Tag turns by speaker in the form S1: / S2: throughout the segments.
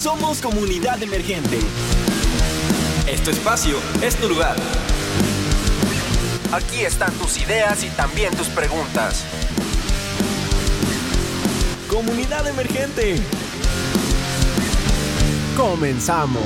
S1: Somos comunidad emergente.
S2: Es tu espacio, es tu lugar.
S3: Aquí están tus ideas y también tus preguntas.
S1: Comunidad emergente.
S4: Comenzamos.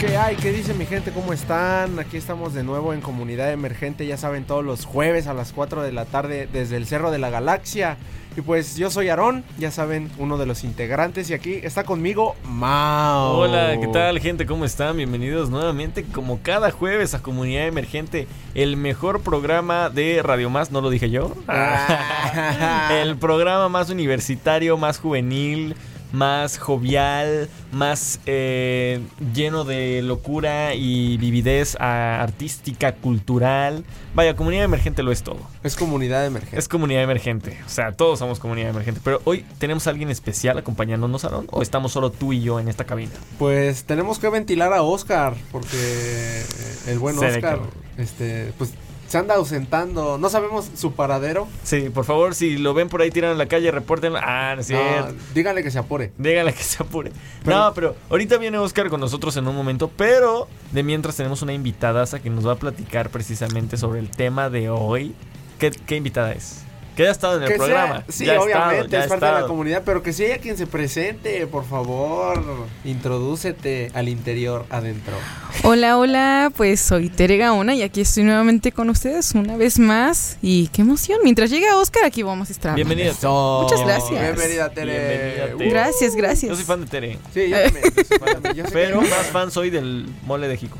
S4: ¿Qué hay? ¿Qué dice mi gente? ¿Cómo están? Aquí estamos de nuevo en Comunidad Emergente, ya saben, todos los jueves a las 4 de la tarde desde el Cerro de la Galaxia. Y pues yo soy Aarón, ya saben, uno de los integrantes y aquí está conmigo Mao.
S5: Hola,
S4: Oh.
S5: ¿qué tal gente? ¿Cómo están? Bienvenidos nuevamente como cada jueves a Comunidad Emergente, el mejor programa de Radio Más, no lo dije yo.
S4: Ah.
S5: el programa más universitario, más juvenil, más jovial, más eh, lleno de locura y vividez ah, artística, cultural. Vaya, Comunidad Emergente lo es todo.
S4: Es Comunidad Emergente.
S5: Es comunidad emergente. O sea, todos somos comunidad emergente. Pero hoy tenemos a alguien especial acompañándonos, Aaron. O estamos solo tú y yo en esta cabina.
S4: Pues tenemos que ventilar a Oscar, porque eh, el buen
S5: Se
S4: Oscar,
S5: declaró.
S4: este, pues se anda ausentando. No sabemos su paradero.
S5: Sí, por favor, si lo ven por ahí tirado en la calle, repórtenlo. Ah, no es cierto.
S4: Ah, díganle que se apure.
S5: Díganle que se apure.
S4: Pero-
S5: no, pero ahorita viene Oscar con nosotros en un momento. Pero de mientras tenemos una invitadaza que nos va a platicar precisamente sobre el tema de hoy. ¿Qué, qué invitada es? Que ya ha estado en el
S4: Que
S5: programa.
S4: sea- sí,
S5: Ya ha
S4: obviamente,
S5: estado, ya
S4: es
S5: ha
S4: parte de la
S5: estado.
S4: comunidad, pero que si haya quien se presente, por favor, introdúcete al interior, adentro.
S6: Hola, hola, pues soy Tere Gaona y aquí estoy nuevamente con ustedes una vez más. Y qué emoción, mientras llega Oscar aquí vamos a estar.
S5: Bienvenida.
S6: Muchas gracias.
S4: Bienvenida, Tere. Uh.
S5: Bienvenida, Tere.
S6: Gracias, gracias.
S5: Yo soy fan de Tere.
S4: Sí, yo también. yo soy fan también, yo sé que
S5: Pero
S4: tú-
S5: más fan soy del mole de Jico.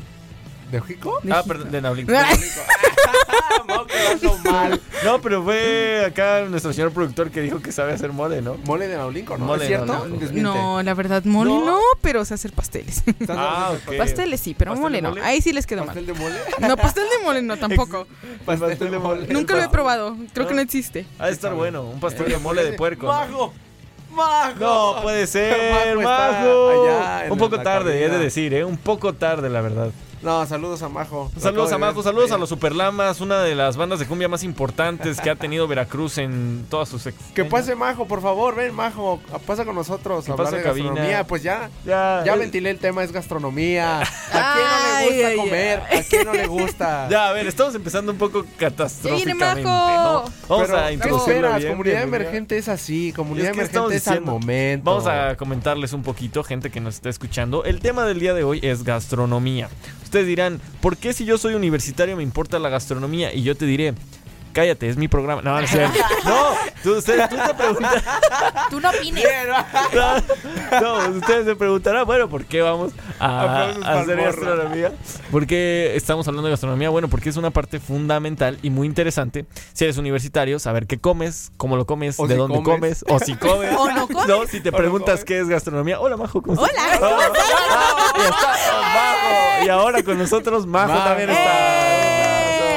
S4: ¿De Jico?
S6: De
S5: Ah,
S6: Jico.
S5: perdón, de Nablín.
S4: Ah, Mau, quedando mal.
S5: No, pero fue acá nuestro señor productor que dijo que sabe hacer mole, ¿no?
S4: Mole de Naulinco, ¿no?
S5: Mole
S4: ¿Es
S5: de
S4: cierto?
S5: Naulinco.
S4: Desmiente.
S6: No, la verdad, mole
S4: No.
S6: no, pero sé hacer pasteles.
S4: ¿Estás
S5: Ah,
S4: hablando de
S5: ok.
S4: pastel-
S6: pasteles sí, pero
S5: ¿Pastel de
S6: mole no.
S5: mole?
S6: Ahí sí les quedó
S4: ¿Pastel
S6: mal.
S4: de mole?
S6: No, pastel de mole no tampoco.
S4: Pastel de mole.
S6: Nunca lo he probado, creo
S5: Ah.
S6: que no existe.
S5: Ha de estar bueno, un pastel de mole de puerco. ¿no?
S4: Eh, ¡Majo! ¡Majo!
S5: No, puede ser,
S4: Majo está
S5: Majo.
S4: allá en
S5: Un poco
S4: la
S5: tarde,
S4: cabina.
S5: he de decir, ¿eh? Un poco tarde, la verdad.
S4: No, saludos a Majo. Lo
S5: Saludos a
S4: acabo de
S5: Majo,
S4: ver.
S5: saludos a los Superlamas, una de las bandas de cumbia más importantes que ha tenido Veracruz en todas sus... ex-
S4: Que pase Majo, por favor, ven Majo, pasa con nosotros,
S5: Que
S4: a hablar
S5: pase
S4: de
S5: cabina.
S4: gastronomía, pues ya,
S5: Ya, eh,
S4: ya
S5: es-
S4: ventilé el tema, es gastronomía. ¿A quién no le gusta
S6: Ay, ay,
S4: comer? ¿A quién no le gusta?
S5: Ya, a ver, estamos empezando un poco catastróficamente.
S6: Majo!
S5: ¿no? Vamos
S4: Pero,
S5: a
S4: ¿qué
S5: introducirlo
S4: esperas?
S5: bien.
S4: comunidad
S5: bienvenida.
S4: emergente es así, comunidad
S5: Es que estamos
S4: emergente es al
S5: diciendo-
S4: momento.
S5: Vamos a comentarles un poquito, gente que nos está escuchando. El tema del día de hoy es gastronomía. Ustedes dirán, ¿por qué si yo soy universitario me importa la gastronomía? Y yo te diré, cállate, es mi programa. No, no, es cierto. no tú, ustedes- tú te preguntas.
S6: Tú no opines.
S5: No, no, ustedes se preguntarán, bueno, ¿por qué vamos a,
S4: Aplausos
S5: a
S4: pa'l
S5: hacer
S4: morro.
S5: gastronomía? ¿Por qué estamos hablando de gastronomía? Bueno, porque es una parte fundamental y muy interesante. Si eres universitario, saber qué comes, cómo lo comes,
S4: O
S5: de
S4: si
S5: dónde
S4: comes.
S5: comes, o si comes.
S6: O no comes.
S5: No, si te
S4: no
S5: preguntas
S4: comes.
S5: qué es gastronomía. Hola, Majo. ¿cómo estás?
S6: Hola,
S5: Ah, ah, y está Majo. Y ahora con nosotros Majo
S4: Majo.
S5: también está.
S6: ¡Eh!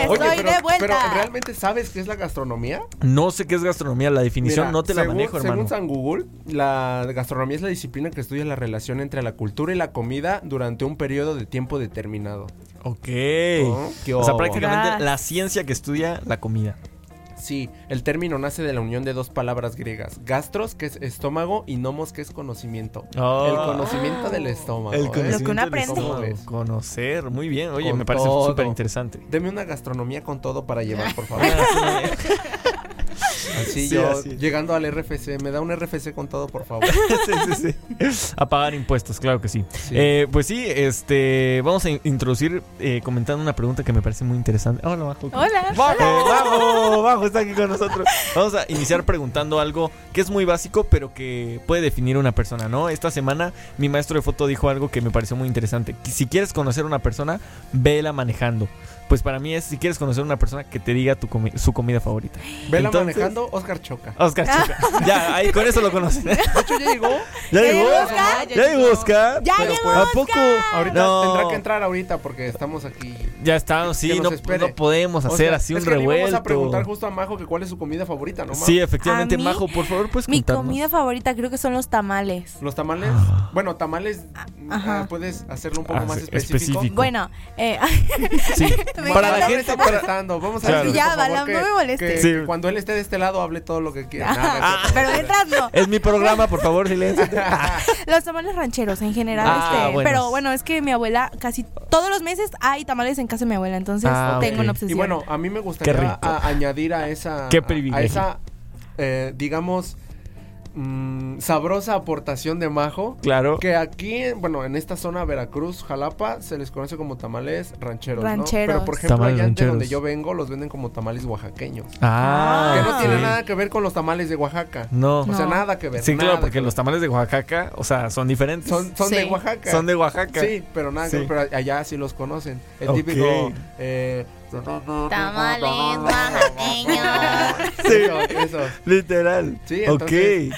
S4: Oye,
S6: Estoy
S4: pero,
S6: de vuelta.
S4: pero ¿realmente sabes qué es la gastronomía?
S5: No sé qué es gastronomía, la definición
S4: Mira,
S5: no te la
S4: según-
S5: manejo, hermano.
S4: Según San Google, la gastronomía es la disciplina que estudia la relación entre la cultura y la comida durante un periodo de tiempo determinado.
S5: Ok.
S4: Oh, qué
S5: O sea,
S4: obo.
S5: prácticamente
S6: Tras.
S5: la ciencia que estudia la comida.
S4: Sí, el término nace de la unión de dos palabras griegas, gastros, que es estómago, y nomos, que es conocimiento.
S5: Oh.
S4: El conocimiento del estómago. ¿eh?
S5: conocimiento
S7: Lo que uno
S5: del
S7: aprende.
S5: estómago.
S4: ¿Cómo ves?
S5: Conocer, muy bien. Oye,
S4: Con
S5: me parece
S4: todo.
S5: súper interesante.
S4: Deme una gastronomía con todo para llevar, por favor. Así
S5: Sí,
S4: yo,
S5: así.
S4: llegando al RFC, me da un RFC con todo, por favor.
S5: sí, sí, sí. A pagar impuestos, claro que sí. Eh, pues sí, este, vamos a in- introducir eh, comentando una pregunta que me parece muy interesante. Ah, Hola, Majo.
S6: Hola.
S5: Bajo, bajo, bajo, está aquí con nosotros. Vamos a iniciar preguntando algo que es muy básico, pero que puede definir una persona, ¿no? Esta semana mi maestro de foto dijo algo que me pareció muy interesante. Que Si quieres conocer a una persona, vela manejando. Pues para mí es si quieres conocer a una persona que te diga tu comi- su comida favorita.
S4: Vela
S5: Entonces,
S4: manejando llamando Oscar Choca.
S5: Oscar Chica. ya, ahí con eso lo conocen.
S4: De hecho, ya llegó.
S5: ¿Ya llegó?
S6: llegó Oscar?
S5: ¿Ya llegó Oscar?
S6: Ya
S5: Pero,
S6: llegó
S5: pues, ¿A poco?
S4: Ahorita
S5: No.
S4: tendrá que entrar ahorita porque estamos aquí.
S5: Ya está, sí,
S4: nos
S5: no,
S4: espere.
S5: no podemos hacer
S4: Oscar,
S5: así un
S4: es que le íbamos a preguntar
S5: revuelto.
S4: justo a Majo que cuál es su comida favorita, ¿no? Majo?
S5: Sí, efectivamente,
S7: A mí,
S5: Majo, por favor, puedes
S7: Mi
S5: contarnos.
S7: comida favorita creo que son los tamales.
S4: Los tamales. Bueno, tamales. ah, puedes hacerlo un poco
S5: Ah,
S4: más
S5: sí,
S4: específico.
S5: específico.
S7: Bueno, eh,
S5: Sí.
S7: Me
S5: Para la
S7: encanta.
S5: gente,
S4: Está
S5: para...
S4: molestando. Vamos a
S5: Claro.
S4: decirle,
S7: Ya,
S4: por favor,
S7: Balam,
S4: que-
S7: no me molestes. Ah,
S4: que-
S5: Sí.
S4: que cuando él esté de este lado, hable todo lo que quiera. Nada, es cierto.
S7: pero detrás no.
S5: Es mi programa, por favor, silencio.
S7: Los tamales rancheros en general.
S5: Ah,
S7: este,
S5: bueno.
S7: Pero bueno, es que mi abuela casi todos los meses hay tamales en casa de mi abuela, entonces
S5: Ah,
S7: tengo
S5: ok.
S7: una
S4: Y
S7: obsesión.
S4: bueno, a mí me gustaría
S5: Qué rico.
S4: a- añadir a esa.
S5: Qué
S4: a- A,
S5: privilegio.
S4: esa, eh, digamos. mm, sabrosa aportación de Majo.
S5: Claro.
S4: Que aquí, bueno, en esta zona Veracruz, Jalapa, se les conoce como tamales rancheros. ¿no?
S7: Rancheros.
S4: Pero por ejemplo,
S5: Tamales
S4: allá de
S5: rancheros.
S4: donde yo vengo, los venden como tamales oaxaqueños.
S5: Ah,
S4: que no tiene
S5: ok.
S4: nada que ver con los tamales de Oaxaca.
S5: No.
S4: O sea,
S7: No.
S4: nada que ver.
S5: Sí,
S4: nada
S5: claro,
S4: que
S5: porque
S4: ver.
S5: los tamales de Oaxaca, o sea, son diferentes.
S4: son, son de
S7: Sí.
S4: Oaxaca.
S5: Son de Oaxaca.
S4: Sí, pero nada, que
S5: Sí.
S4: ver, pero allá sí los conocen. El
S5: Ok.
S4: típico eh,
S8: Tamales oaxaqueños.
S4: eso, eso.
S5: Literal.
S4: Sí,
S5: ok.
S4: entonces,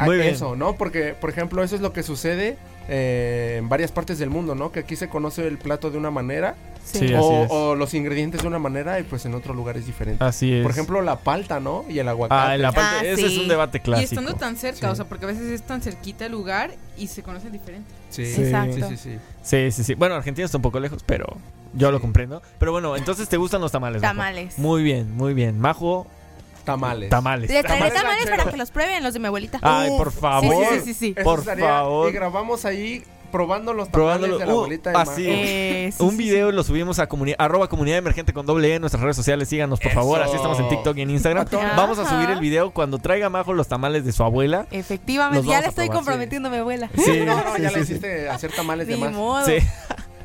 S5: Muy
S4: Ah,
S5: bien.
S4: Eso, ¿no? Porque, por ejemplo, eso es lo que sucede eh, en varias partes del mundo, ¿no? Que aquí se conoce el plato de una manera
S5: Sí, así
S4: o,
S5: es.
S4: o los ingredientes de una manera y pues en otro lugar es diferente.
S5: Así es.
S4: Por ejemplo, la palta, ¿no? Y el aguacate.
S5: Ah, en la parte,
S7: Ah,
S5: ese
S7: sí.
S5: es un debate
S6: Y
S5: clásico.
S6: estando tan cerca,
S4: Sí.
S6: o sea, porque a veces es tan cerquita el lugar y se conocen diferente.
S4: Sí,
S5: Sí.
S4: sí,
S7: Exacto.
S4: sí, sí.
S5: Sí, sí, sí. Bueno, Argentina está un poco lejos, pero yo lo comprendo. Pero bueno, entonces te gustan los tamales. Majo?
S7: Tamales.
S5: Muy bien, muy bien. Majo,
S4: Tamales.
S5: tamales.
S7: Les traeré
S4: Tamales
S7: tamales
S4: rancheros.
S7: para que los prueben los de mi abuelita.
S5: Ay,
S7: Uf,
S5: por
S6: Sí,
S5: favor.
S6: sí, sí, sí, sí.
S4: Eso
S5: Por
S4: estaría-
S5: favor.
S4: Y grabamos ahí probando los tamales
S5: Probándolo.
S4: de la
S5: Uh,
S4: abuelita de
S5: así.
S4: Majo.
S6: Eh, sí,
S5: un
S6: sí,
S5: video lo subimos a comuni- arroba comunidad emergente con doble E en nuestras redes sociales. Síganos, por favor.
S4: Eso.
S5: Así estamos en TikTok y en Instagram.
S7: Ajá.
S5: Vamos a subir el video cuando traiga Majo los tamales de su abuela.
S7: Sí. Efectivamente,
S5: Los
S7: ya
S5: vamos
S7: le
S5: a
S7: estoy
S5: probar, sí.
S7: comprometiendo a mi abuela.
S5: Sí,
S4: No, no,
S5: sí,
S4: ya
S5: sí,
S4: le
S5: sí.
S4: hiciste hacer tamales de
S7: Ni
S4: más.
S7: modo.
S5: Sí.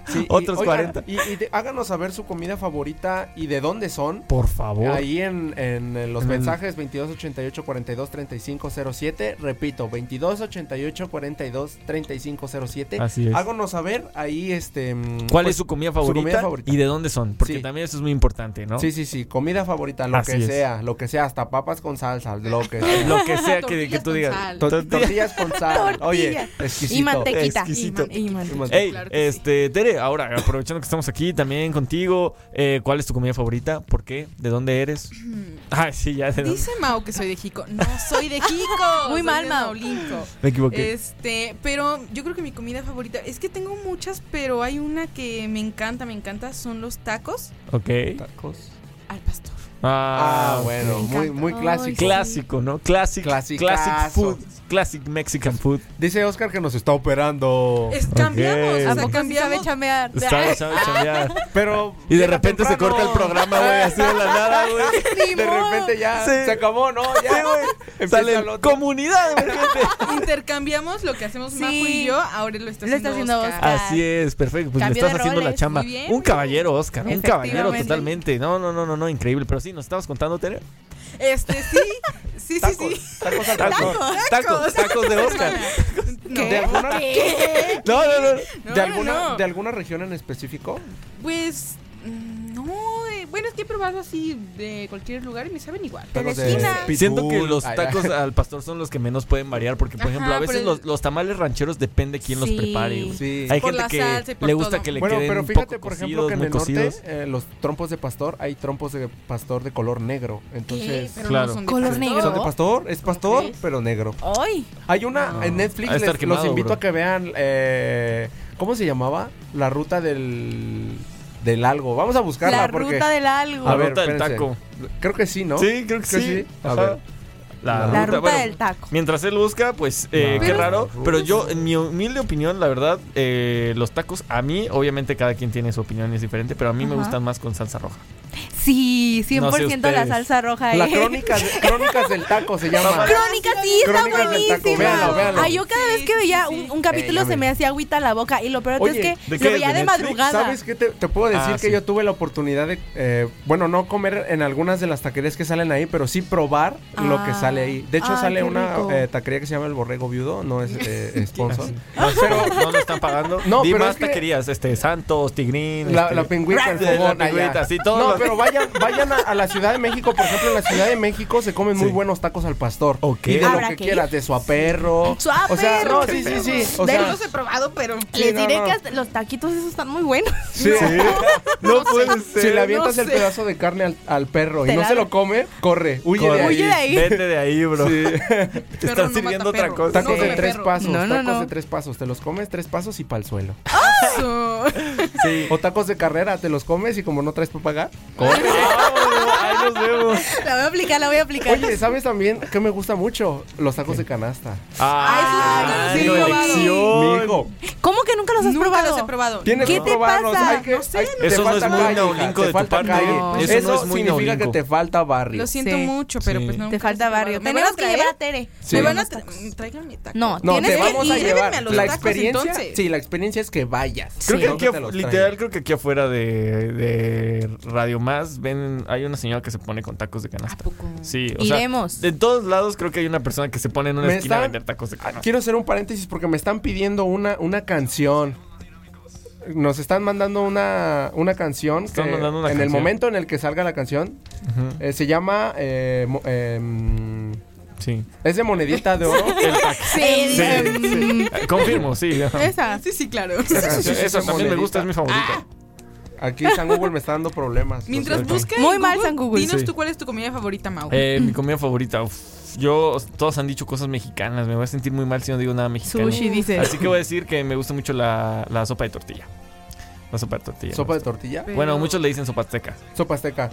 S4: Sí,
S5: Otros
S4: oigan,
S5: 40.
S4: Y, y de- háganos saber su comida favorita y de dónde son.
S5: Por favor.
S4: Ahí en, en, eh, los
S5: En el-
S4: mensajes 2288 42 35 07. Repito, 2288 42 35 07.
S5: Así es.
S4: Háganos saber ahí este. mm,
S5: ¿Cuál
S4: pues,
S5: es su comida,
S4: comida
S5: favorita
S4: favorita.
S5: y de dónde son? Porque
S4: Sí.
S5: también eso es muy importante, ¿no?
S4: Sí, sí, sí. Comida favorita, lo
S5: Así
S4: que
S5: es.
S4: sea, lo que sea, hasta papas con salsa, lo que sea.
S5: Lo que sea que,
S6: Tortillas
S5: que tú
S6: con
S5: digas.
S6: sal.
S4: Tor-
S5: Tortilla-
S4: tortillas con sal. Oye,
S7: Tortillas.
S4: exquisito.
S7: Y mantequita.
S5: Exquisito.
S7: Y man- y
S4: mantequilla.
S5: Ey,
S6: Claro que
S5: este, Tere, ahora aprovechando que estamos aquí también contigo, eh, ¿cuál es tu comida favorita? ¿Por qué? ¿De dónde eres? Ay, sí, ya de
S6: sí.
S5: dónde-
S6: Dice Mao que soy de Jico. No soy de Jico.
S7: Muy
S6: soy
S7: mal,
S6: de
S7: Mao.
S6: Naulinco.
S5: Me equivoqué.
S6: Este, pero yo creo que mi comida favorita es que tengo muchas, pero hay una que me encanta, me encanta, son los tacos
S5: ok.
S4: Tacos.
S6: al pastor.
S4: Ah,
S5: Ah,
S7: Me
S4: bueno, muy,
S7: encanta.
S4: muy
S7: Ay,
S4: clásico.
S7: sí.
S5: Clásico, ¿no? Classic, classic,
S4: Clasicazo.
S5: food, classic Mexican food.
S4: Dice Oscar que nos está operando.
S6: Es- cambiamos,
S5: ¿A
S6: o
S7: ¿A
S6: sea,
S7: poco sí sabe
S6: cambiamos.
S7: chamear?
S5: Sabe, sabe chambear.
S4: Pero.
S5: Y de
S4: llega
S5: repente se
S4: temprano.
S5: corta el programa, güey, así de la nada, güey.
S4: De repente ya
S5: Sí.
S4: se acabó, ¿no? Ya, güey. Empieza
S5: Sale
S4: el otro.
S5: comunidad, güey.
S6: Intercambiamos lo que hacemos
S7: Sí.
S6: Majo y yo, ahora lo está
S7: Lo
S6: haciendo,
S7: está haciendo
S6: Oscar.
S7: Oscar.
S5: Así es, perfecto. Pues
S7: Cambio
S5: le estás
S7: de
S5: haciendo la
S7: roles.
S5: chamba.
S6: Muy bien.
S5: un caballero, Oscar. Un caballero
S7: Efectivamente.
S5: totalmente. No, no, no, no, no, increíble. Pero sí, nos estabas contando, Tere.
S6: Este, sí, sí, sí, sí.
S4: Tacos, tacos al
S5: Tacos, tacos, tacos de Oscar.
S6: No.
S4: ¿De alguna,
S5: No, no, no.
S6: No,
S4: de, alguna,
S6: no.
S4: ¿De alguna región en específico?
S6: Pues mm, no, eh, bueno, es que he probado así de cualquier lugar y me saben igual.
S4: Tacos
S7: la esquina.
S4: pitbull.
S5: Eh, Siento que los
S4: Ay,
S5: tacos al pastor son los que menos pueden variar porque, por
S6: Ajá,
S5: ejemplo, a veces
S6: por el-
S5: los, los tamales rancheros depende quién los
S7: Sí.
S5: prepare. güey.
S4: Sí.
S5: Hay
S6: Por
S5: gente
S6: la salsa y
S5: que
S6: por
S5: le gusta
S6: todo.
S5: que le
S4: bueno,
S5: queden
S4: pero
S5: un
S4: fíjate,
S5: poco
S4: por ejemplo,
S5: cocidos,
S4: que en
S5: muy
S4: el norte
S5: cocidos.
S4: eh, los trompos de pastor, hay trompos de pastor de color negro. Entonces,
S6: Pero
S5: claro.
S6: no son de
S7: Color
S6: pastor.
S7: negro.
S4: ¿son de pastor? Es pastor,
S6: crees?
S4: pero negro.
S7: Hoy.
S4: Hay una en Netflix,
S5: Ha de
S4: les-
S5: estar quemado,
S4: los invito
S5: bro.
S4: a que vean, eh, ¿cómo se llamaba? La ruta del, del algo. Vamos a buscarla
S7: La
S4: porque
S7: ruta del algo.
S5: La
S4: A ver,
S5: ruta del
S4: espérense.
S5: taco.
S4: creo que sí, ¿no?
S5: Sí, creo que
S4: Creo que
S5: sí.
S4: sí. A
S5: Ajá.
S4: ver. La
S7: La
S5: ruta,
S7: ruta
S5: bueno,
S7: del taco.
S5: Mientras él busca, pues eh,
S4: No.
S5: qué
S4: Pero-
S5: raro. Pero yo, en mi humilde opinión, la verdad, eh, los tacos, a mí, obviamente cada quien tiene su opinión y es diferente, pero a mí me
S7: Ajá.
S5: gustan más con salsa roja.
S7: Sí, 100% la
S5: ustedes.
S7: salsa roja.
S4: La
S7: eh.
S4: crónica de- crónicas del taco se llama.
S7: Crónica sí, está
S4: Crónicas del taco,
S7: buenísima.
S4: véanlo, véanlo.
S7: Ay, yo cada
S6: Sí,
S7: vez que
S6: sí,
S7: veía
S6: sí, sí.
S7: un, un capítulo
S4: Ey, ya
S7: se me
S4: vi.
S7: hacía agüita la boca. Y lo peor
S4: Oye,
S7: es que
S5: ¿de qué?
S7: lo veía
S5: ¿De
S7: de,
S5: Netflix?
S7: madrugada.
S4: ¿Sabes qué? Te, te puedo decir
S5: Ah,
S4: que
S5: sí.
S4: yo tuve la oportunidad de, eh, bueno, no comer en algunas de las taquerías que salen ahí, pero sí probar lo que
S7: Ah.
S4: sale ahí. De hecho,
S7: Ay,
S4: sale
S7: qué
S4: una
S7: rico.
S4: eh, taquería que se llama El Borrego Viudo, no es eh, sponsor.
S5: No, pero no lo están pagando.
S4: No,
S5: Di
S4: pero
S5: más
S4: es que-
S5: taquerías, este, Santos, Tigrín.
S4: La,
S5: este,
S4: la pingüita, el
S5: La
S4: fogón,
S5: pingüita,
S4: allá.
S5: sí, todo
S4: No,
S5: lo-
S4: pero vayan, vayan a, a la Ciudad de México, por ejemplo, en la Ciudad de México se comen muy
S5: Sí.
S4: buenos tacos al pastor.
S5: Ok.
S4: Y de lo
S7: ¿Habrá
S4: que
S7: que
S4: quieras, de su perro.
S7: Suave,
S4: O sea, no, sí, sí, sí. O
S7: de
S4: sea,
S7: los he probado, pero
S8: Les
S4: no,
S8: diré
S4: no.
S8: que hasta los taquitos esos están muy buenos.
S4: sí.
S5: No, puede ser.
S4: Si le avientas
S7: no
S4: el
S7: sé.
S4: pedazo de carne al, al perro y
S7: Te
S4: no
S7: la-
S4: se lo come, corre, huye
S5: Corre.
S4: de ahí.
S7: Huye de ahí.
S5: Vete de ahí, bro. Te
S6: Perro no
S5: están
S6: mata
S5: sirviendo otra
S6: perro.
S5: cosa.
S4: Tacos
S7: Sí.
S4: de tres
S7: Perro.
S4: pasos,
S7: No, no,
S4: tacos
S7: no.
S4: de tres pasos. Te los comes tres pasos y pa'l suelo.
S6: Eso.
S5: Sí.
S4: O tacos de carrera, te los comes y como no traes para pagar, corre.
S5: Ahí nos vemos.
S7: La voy a aplicar, la voy a aplicar.
S4: Oye, ¿sabes también que me gusta mucho? Los tacos de canasta.
S7: Ah, eso
S5: Ay,
S7: sí, no lo he
S5: elección.
S4: Mijo,
S7: ¿Cómo que nunca los has
S6: Nunca
S7: probado?
S6: los he probado.
S4: tienes
S7: ¿Qué
S4: que
S7: te
S4: probarlos.
S7: pasa?
S4: hay que-
S6: No sé,
S4: hay-
S6: no
S4: te
S5: sé. Eso no
S4: falta
S5: es muy
S4: calle,
S5: neolinco
S4: hija,
S5: de
S4: te
S5: tu
S4: falta
S5: parte.
S4: calle.
S6: No,
S4: Eso,
S5: eso no es muy
S4: significa
S5: neolinco.
S4: que te falta barrio.
S6: Lo siento
S7: Sí.
S6: mucho, pero
S5: Sí.
S6: pues no.
S7: Te falta barrio.
S8: Tenemos que llevar a Tere.
S4: Sí.
S6: Me van a tra- traigan mi taco.
S8: No,
S4: No,
S7: Tienes
S4: te
S7: que
S4: vamos a
S7: ir,
S4: llevar.
S6: llévenme a los
S4: la
S6: tacos,
S4: experiencia,
S6: entonces.
S4: sí, la experiencia es que vayas.
S5: Creo
S4: no
S5: que
S4: te
S5: aquí,
S4: los
S5: literal,
S4: traigan.
S5: creo que aquí afuera de, de Radio Más ven, hay una señora que se pone con tacos de
S8: ¿A
S5: canasta.
S8: poco?
S5: Sí, o sea,
S7: Iremos.
S5: de todos lados creo que hay una persona que se pone en una
S4: Me
S5: esquina a
S4: están- Ah,
S5: vender tacos de canasta.
S4: Quiero hacer un paréntesis porque me están pidiendo una, una canción. Nos están mandando una, una canción.
S5: Están
S4: que
S5: mandando una
S4: en el
S5: canción.
S4: momento en el que salga la canción,
S5: Ujú,
S4: eh, se llama. eh, mo- em,
S5: Sí.
S4: es de monedita de oro.
S5: El taco.
S7: Sí.
S5: Sí. Eh, Confirmo, sí. Esa
S7: Esa.
S6: Sí, sí, claro.
S4: canción es de
S5: también me
S4: monedita.
S5: gusta, es mi favorita.
S4: Aquí San Google me está dando problemas. lo
S6: Mientras
S4: siento.
S6: busca
S7: Muy
S6: en
S7: mal, San Google.
S6: Dinos
S5: Sí.
S6: tú cuál es tu comida favorita, Mau.
S5: Eh, mi comida favorita. uf, yo, todos han dicho cosas mexicanas. Me voy a sentir muy mal si no digo nada mexicano.
S7: Sushi, dice.
S5: Así que voy a decir que me gusta mucho la, la sopa de tortilla. La sopa de tortilla.
S4: Sopa de tortilla.
S5: Bueno, muchos le dicen sopa azteca.
S4: Sopa azteca.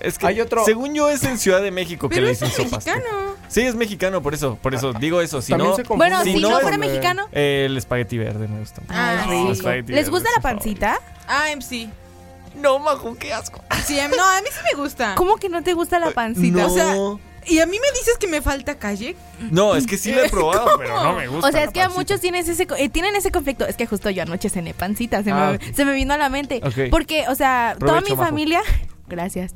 S5: Es que
S4: Hay otro-
S5: según yo es en Ciudad de México que
S6: Pero este
S5: le
S6: es
S5: dicen sopa azteca.
S6: mexicano.
S5: Sí, es mexicano, por eso, por eso digo eso, si no
S4: confunde
S7: Bueno,
S5: Si
S7: si,
S5: no
S7: no
S5: es-
S7: fuera
S4: con, eh,
S7: mexicano.
S5: eh, el espagueti verde me gusta. mucho.
S6: Ah,
S5: El
S7: rico.
S5: espagueti
S7: ¿Les
S5: verde
S7: gusta
S5: es
S7: la
S5: mi favorito.
S7: pancita?
S6: Ah, em, sí.
S5: No, majo, qué asco.
S6: Sí, em, no, a mí sí me gusta.
S7: ¿Cómo que no te gusta
S4: Pues,
S7: la pancita?
S5: No.
S6: O sea, ¿y a mí me dices que me falta calle?
S5: No, es que sí la he probado, pero no me gusta.
S8: O sea, es
S5: la
S8: que a
S5: pancita.
S8: muchos tienen ese, co- eh, tienen ese conflicto. Es que justo yo anoche cené pancita, se,
S5: Ah,
S8: me,
S5: ok.
S8: se me vino a la mente.
S5: Ok.
S8: Porque, o sea, toda
S5: Provecho,
S8: mi
S5: Majo.
S8: familia... Gracias.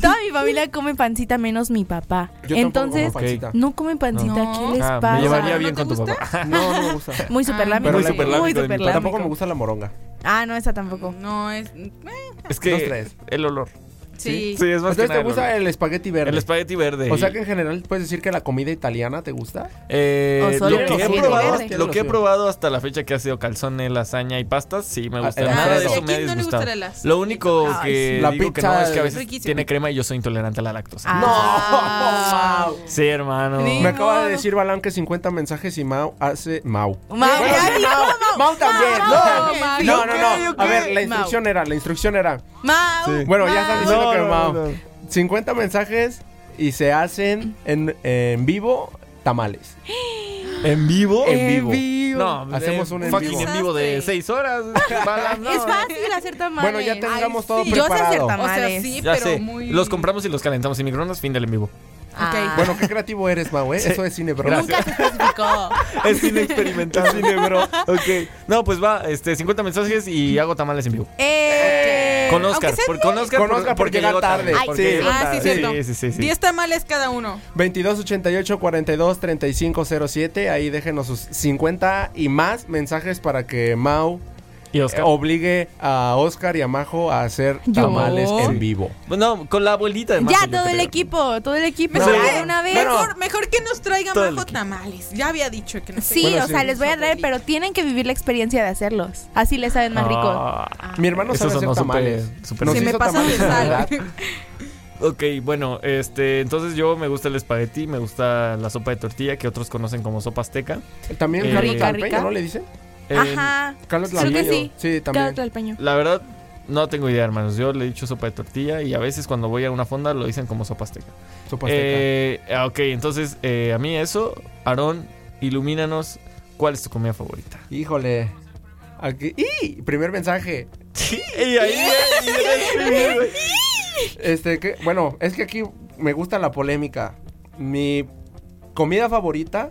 S8: toda mi familia come pancita menos mi papá.
S4: Yo tampoco como
S8: Entonces,
S4: pancita.
S8: no comen pancita.
S6: No.
S8: ¿Qué les
S5: Ah,
S8: pasa?
S5: me llevaría
S6: ¿No
S5: bien Ah,
S6: te
S5: con tu
S6: gusta?
S5: papá.
S4: No, no me gusta.
S8: Muy superlámico.
S4: Pero la-
S8: Muy
S5: superlámico de mi papá.
S8: superlámico.
S4: Tampoco me gusta la moronga.
S8: Ah, no, esa tampoco.
S6: No, es. eh,
S5: Es
S4: Los
S5: que
S4: tres.
S5: el olor.
S6: Sí.
S5: Sí, es más que
S4: Entonces
S5: nada
S4: te
S5: el
S4: gusta
S5: olor.
S4: el espagueti
S5: el,
S4: verde.
S5: espagueti verde.
S4: o sea
S5: y-
S4: que en general puedes decir que la comida italiana te gusta.
S5: Eh,
S8: O solo
S5: lo que,
S8: los
S5: he
S8: siete
S5: probado,
S8: verdes.
S5: lo que he
S4: Los
S5: probado hasta la fecha que ha sido calzone, lasaña y pastas, sí me gusta.
S4: Ah,
S5: Nada de
S4: sí,
S5: eso
S4: ¿a
S5: me ha
S6: quién no le
S5: disgustado.
S6: gustará las-
S5: Lo único
S8: Ay,
S5: que
S4: sí. La
S5: digo que
S4: pizza
S5: no es que a
S4: es
S5: veces
S6: riquísima.
S5: tiene crema y yo soy intolerante a la lactosa.
S8: Ah.
S4: No.
S5: Sí, hermano.
S6: Ni-
S4: Me acaba de
S6: modo.
S4: decir Balán que 50 mensajes y Mau hace Mau.
S8: Mau,
S4: Bueno,
S8: ya
S4: sí,
S8: dijo,
S4: Mau, Mau también.
S8: Mau,
S4: No,
S8: Mau,
S4: no,
S8: Mau.
S4: no,
S8: Ok,
S4: no.
S8: ok.
S4: A ver, la
S8: Mau.
S4: instrucción era, la instrucción era.
S8: Mau.
S4: Bueno, ya están diciendo
S5: No,
S4: que
S5: no,
S4: Mau.
S5: no, no.
S4: 50 mensajes y se hacen en, en vivo tamales.
S5: ¿En vivo?
S4: En vivo.
S5: No,
S4: Hacemos
S5: eh,
S4: un en
S5: fucking
S4: vivo.
S5: en vivo de 6 horas. Balas, no.
S8: Es fácil hacer tamales.
S4: Bueno, ya
S8: Ay,
S4: tengamos todo
S6: sí.
S7: Yo sé hacer
S4: preparado.
S7: tamales.
S6: O sea, sí,
S5: Ya
S6: pero
S5: sé.
S6: muy.
S5: Los compramos y los calentamos en microondas. Fin del en vivo.
S8: ah,
S4: Bueno, qué creativo eres, Mau, ¿eh? Eso es cine, bro.
S8: Nunca se especificó.
S5: Es cine experimental. cine, bro. Ok. No, pues va, este, 50 mensajes y hago tamales en vivo.
S8: Eh,
S5: Con Oscar,
S6: aunque sea
S5: por- con
S6: diez.
S5: Oscar,
S4: Con
S5: por-
S4: Oscar porque
S5: porque
S4: llega
S5: llegó tarde.
S4: tarde.
S8: Ay,
S5: porque
S8: sí.
S5: llegó
S6: Ah, sí,
S5: tarde.
S6: cierto.
S5: Sí, sí, sí, sí.
S6: 10 tamales cada uno.
S4: 22 88 42 35 07. Ahí déjenos sus 50 y más mensajes para que Mau
S5: Y Oscar.
S4: eh, obligue a Oscar y a Majo a hacer tamales en vivo.
S5: No, con la abuelita de Majo,
S8: ya
S5: yo
S8: todo el
S5: creo.
S8: equipo, todo el equipo.
S5: No.
S8: Ya de una vez.
S6: Mejor, mejor que nos traigan
S5: Todo el
S6: bajo
S5: equipo.
S6: tamales. Ya había dicho que no
S8: Sí,
S4: Bueno,
S8: o
S4: sí.
S8: sea, les voy a traer, pero tienen que vivir la experiencia de hacerlos. Así les saben más rico.
S5: Ah.
S4: Mi hermano
S5: Eso
S4: sabe hacer
S5: sonó
S4: tamales.
S5: súper- súper
S4: Nos
S6: Se me
S4: hizo
S6: pasó de
S4: tamales a la
S6: sal.
S4: edad.
S5: Ok, bueno, este, entonces yo me gusta el espagueti, me gusta la sopa de tortilla, que otros conocen como sopa azteca.
S4: También
S5: Eh,
S4: Carlos
S5: rica,
S4: Tlalpeño,
S8: rica.
S4: ¿no le dicen?
S5: Eh,
S8: Ah. Ajá.
S4: Carlos
S8: Creo que
S4: Tlalpeño.
S8: sí.
S4: Sí,
S8: Cada
S4: también.
S8: tlalpeño.
S5: La verdad, no tengo idea, hermanos. Yo le he dicho sopa de tortilla y a veces cuando voy a una fonda lo dicen como sopa azteca.
S4: Sopa azteca.
S5: Eh, ah, ok, entonces eh, a mí eso, Aarón, ilumínanos, ¿cuál es tu comida favorita?
S4: Híjole. Aquí. ¡Y! Primer mensaje.
S5: Sí, y ahí
S4: Este, que, bueno, es que aquí me gusta la polémica. Mi comida favorita,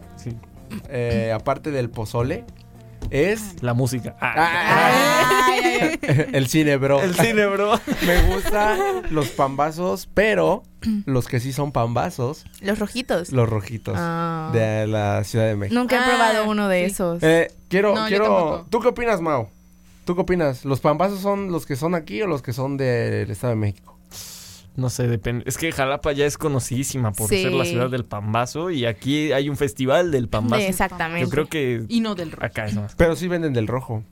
S4: eh, aparte del pozole, es
S5: La música. Ah,
S4: Ah. el cine, bro.
S5: El cine, bro.
S4: Me gustan los pambazos, pero los que sí son pambazos,
S8: Los rojitos.
S4: los rojitos
S8: Ah. pues.
S4: de la Ciudad de México.
S8: Nunca he
S6: Ah,
S8: probado uno de
S6: sí.
S8: esos.
S4: Eh, quiero,
S6: No, yo
S4: quiero.
S6: tampoco.
S4: ¿Tú qué opinas, Mao? ¿Tú qué opinas? ¿Los pambazos son los que son aquí o los que son del Estado de México?
S5: No sé, depende. Es que Jalapa ya es conocidísima por
S8: Sí.
S5: ser la ciudad del pambazo y aquí hay un festival del pambazo.
S8: Exactamente.
S5: Yo creo que
S6: Y no del rock.
S5: acá es más.
S4: Pero sí venden del rojo.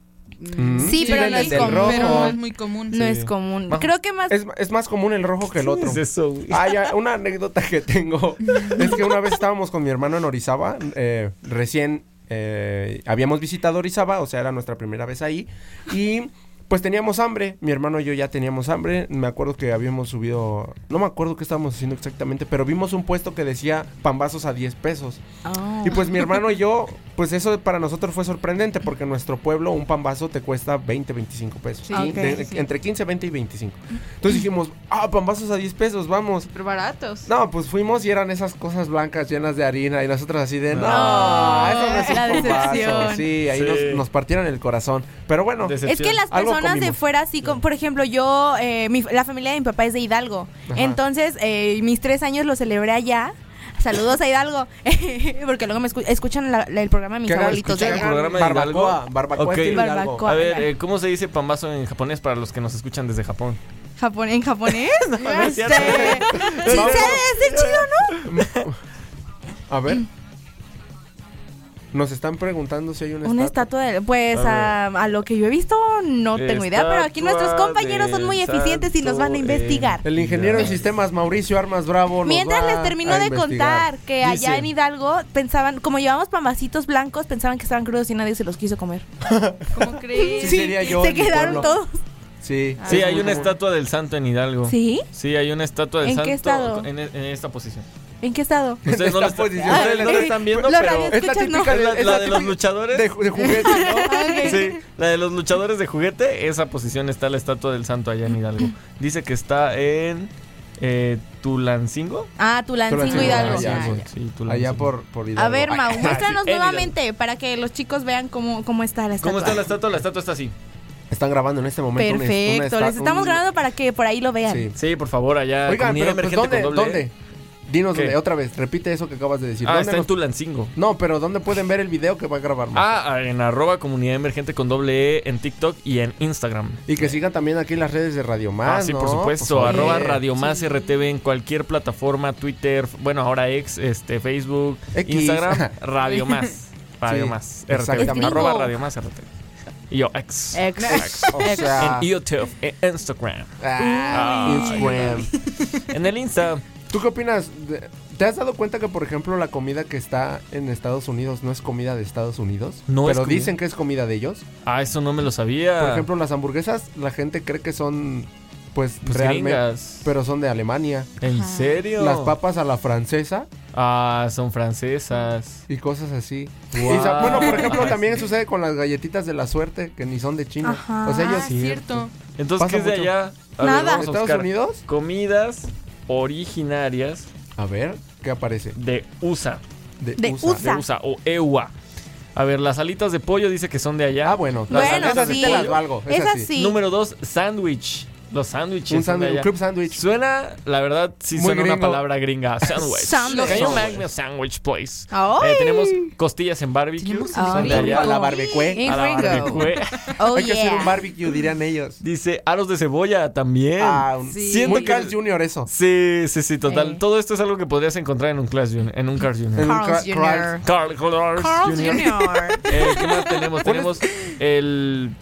S6: Mm.
S8: Sí, pero no
S4: venden
S8: es
S4: del
S8: común.
S4: rojo.
S6: Pero no es muy común.
S8: No es común.
S4: Bajo.
S8: Creo que más.
S4: Es, es más común el rojo que el otro.
S5: Es eso, güey?
S4: Ah, ya, una anécdota que tengo. Es que una vez estábamos con mi hermano en Orizaba, eh, recién eh, habíamos visitado Orizaba, o sea, era nuestra primera vez ahí, y pues teníamos hambre, mi hermano y yo ya teníamos hambre, me acuerdo que habíamos subido, no me acuerdo qué estábamos haciendo exactamente, pero vimos un puesto que decía pambazos a 10 pesos.
S6: Oh.
S4: Y pues mi hermano y yo, pues eso para nosotros fue sorprendente, porque en nuestro pueblo un pambazo te cuesta 20, 25 pesos.
S6: Sí,
S4: ¿sí?
S6: ok,
S4: De-
S6: sí.
S4: Entre 15, 20 y 25. Entonces dijimos, ah, pambazos a 10 pesos, vamos.
S6: Pero baratos.
S4: No, pues fuimos y eran esas cosas blancas llenas de harina y nosotros así de no, eso no es un
S8: Ah, La
S4: bombazo".
S8: decepción.
S4: Sí, ahí
S5: Sí.
S4: Nos, nos partieron el corazón. Pero bueno,
S5: Decepción.
S8: Es que las
S4: Algo
S8: personas de
S4: comimos.
S8: fuera, así, como- por ejemplo, yo, eh, mi- la familia de mi papá es de Hidalgo.
S4: Ajá.
S8: Entonces, eh, mis tres años los celebré allá. Saludos a Hidalgo. Porque luego me escu- escuchan la- la- el programa de mis
S4: ¿Qué hagan?
S8: abuelitos.
S5: escuchar
S8: de
S5: el
S8: allá.
S5: programa de
S4: barbacoa,
S5: Hidalgo?
S4: barbacoa
S5: Ok.
S4: estilo Hidalgo.
S8: Barbacoa.
S5: A ver, eh, ¿cómo se dice pambazo en japonés para los que nos escuchan desde Japón?
S6: Japón- ¿En japonés?
S5: No, no es cierto.
S8: Este, Sí,
S4: Vamos.
S8: ¿sabes? Es chido, ¿no?
S4: A ver. Nos están preguntando si hay una,
S8: Una
S4: estatua.
S8: estatua de- Pues a, a lo que yo he visto, no tengo idea. Pero aquí nuestros
S5: Estatua
S8: compañeros son muy
S5: del
S8: eficientes y nos van a
S5: santo
S8: investigar.
S4: El ingeniero en sistemas Mauricio Armas Bravo. nos
S8: Mientras
S4: va
S8: les termino
S4: a
S8: de
S4: investigar.
S8: contar que
S4: Dice-
S8: allá en Hidalgo pensaban, como llevamos pambacitos blancos, pensaban que estaban crudos y nadie se los quiso comer.
S6: ¿Cómo
S4: Sí,
S6: crees?
S4: sería yo
S8: se
S4: en mi
S8: quedaron
S4: pueblo.
S8: todos.
S4: Sí.
S8: Ah,
S5: Sí,
S4: es
S5: hay
S4: muy
S5: una
S4: común.
S5: estatua del santo en Hidalgo.
S8: ¿Sí?
S5: Sí, hay una estatua del
S8: ¿En
S5: santo
S8: qué estado?
S5: en, en esta posición.
S8: ¿En qué estado?
S5: Ustedes no la
S4: Esta
S5: están,
S4: posición.
S5: ustedes no la están viendo,
S8: Ah, Los
S5: pero
S8: radio-
S4: Es la
S8: Escuchas, no. Ah,
S4: típica
S5: es la,
S4: es
S5: la
S4: la
S5: de los
S4: típica
S5: luchadores.
S4: de, ju- de juguete, ¿no?
S5: Sí, la de los luchadores de juguete, esa posición está la estatua del santo allá en Hidalgo. Dice que está en eh, Tulancingo.
S8: Ah, Tulancingo
S4: Tulancingo,
S8: Hidalgo.
S4: ah, ya,
S8: Ah,
S5: Sí,
S4: güey.
S8: ya.
S5: sí, Tulancingo.
S4: Allá por, por Hidalgo.
S8: A ver,
S4: Ay,
S8: Mau, muéstranos
S5: sí, en
S8: nuevamente para que los chicos vean cómo, cómo está la estatua.
S5: ¿Cómo está la estatua? La estatua está así.
S4: Están grabando en este momento. una- una
S8: Perfecto, les
S4: esta-
S8: estamos
S4: un-
S8: grabando para que por ahí lo vean.
S4: Sí.
S5: Sí, por favor, allá.
S4: Oigan,
S5: comunidad
S4: pero pues, ¿dónde?
S5: emergente con doble
S4: ¿Dónde?
S5: E.
S4: Dinos
S5: ¿Qué?
S4: de- otra vez, repite eso que acabas de decir.
S5: Ah,
S4: ¿Dónde
S5: está en
S4: nos-
S5: Tulancingo.
S4: No, pero ¿dónde pueden ver el video que va a grabar? Mau?
S5: Ah, en arroba comunidad emergente con doble E en TikTok y en Instagram.
S4: Y que sigan también aquí las redes de Radio Más.
S5: Ah, sí, por
S4: ¿no?
S5: supuesto.
S4: Pues, oye.
S5: arroba Radio Más RTV en cualquier plataforma, Twitter, bueno, ahora ex, este, Facebook,
S4: X.
S5: Instagram, Radio Más. Radio
S4: Sí,
S5: Más RTV.
S4: exactamente.
S5: Arroba Radio Más RTV. Y yo, ex.
S8: Ex.
S4: O sea,
S5: En YouTube, en Instagram,
S4: ah,
S5: Uy.
S4: Instagram.
S5: en el Insta.
S4: ¿Tú qué opinas? De- ¿Te has dado cuenta que, por ejemplo, la comida que está en Estados Unidos no es comida de Estados Unidos?
S5: No es
S4: Pero
S5: comida.
S4: dicen que es comida de ellos.
S5: Ah, eso no me lo sabía.
S4: Por ejemplo, las hamburguesas, la gente cree que son, pues,
S5: Pues
S4: realmente,
S5: gringas.
S4: pero son de Alemania.
S5: ¿En serio?
S4: Las papas a la francesa
S5: Ah, son francesas.
S4: y cosas así.
S5: Wow.
S4: Y sa- bueno, por ejemplo, también sucede con las galletitas de la suerte, que ni son de China.
S8: Ajá.
S4: O sea, ellos...
S6: Ah, cierto.
S5: Entonces, ¿qué es
S4: Pasa
S5: de
S4: mucho.
S5: allá? A ver,
S8: Nada.
S5: vamos a
S4: ¿Estados
S5: buscar
S4: Unidos?
S5: Comidas originarias
S4: A ver, ¿qué aparece?
S5: de USA.
S8: De
S5: de
S8: USA.
S5: USA o EUA. A ver, las alitas de pollo dice que son de allá.
S4: Ah, bueno.
S8: Bueno,
S4: las esas
S8: sí.
S4: te las valgo.
S8: Es
S4: esas sí.
S8: así.
S5: Número dos, sándwich. Los sándwiches.
S4: Un
S5: son de
S4: sándwich,
S5: allá.
S4: un club sándwich.
S5: Suena, la verdad, sí
S4: Muy
S5: suena una
S4: gringo.
S5: palabra gringa. Sándwich.
S8: Sándwich.
S5: Can you make me a sandwich, please?
S8: Ay.
S5: Eh, tenemos costillas en barbecue.
S6: Tenemos
S5: son de
S6: costillas.
S5: allá.
S4: A la barbecue.
S8: En
S5: A la
S8: Gringo.
S5: barbecue.
S8: Oh,
S4: Hay que hacer
S8: yeah.
S4: un barbecue, dirían ellos.
S5: Dice aros de cebolla también.
S4: Ah, un-
S6: Sí.
S5: Siento
S4: Muy
S5: que-
S4: Carl Junior eso.
S5: Sí, sí, sí, total.
S8: Eh.
S5: Todo esto es algo que podrías encontrar en un Class Junior, en un Cars Junior.
S4: En un
S6: Carl's
S4: Cra-
S6: Jr.
S4: Carl's.
S5: Carl, Carl's
S8: Carl's
S5: Jr.
S8: Jr.
S5: Eh, ¿Qué más tenemos?
S4: ¿Cuál
S5: Tenemos el.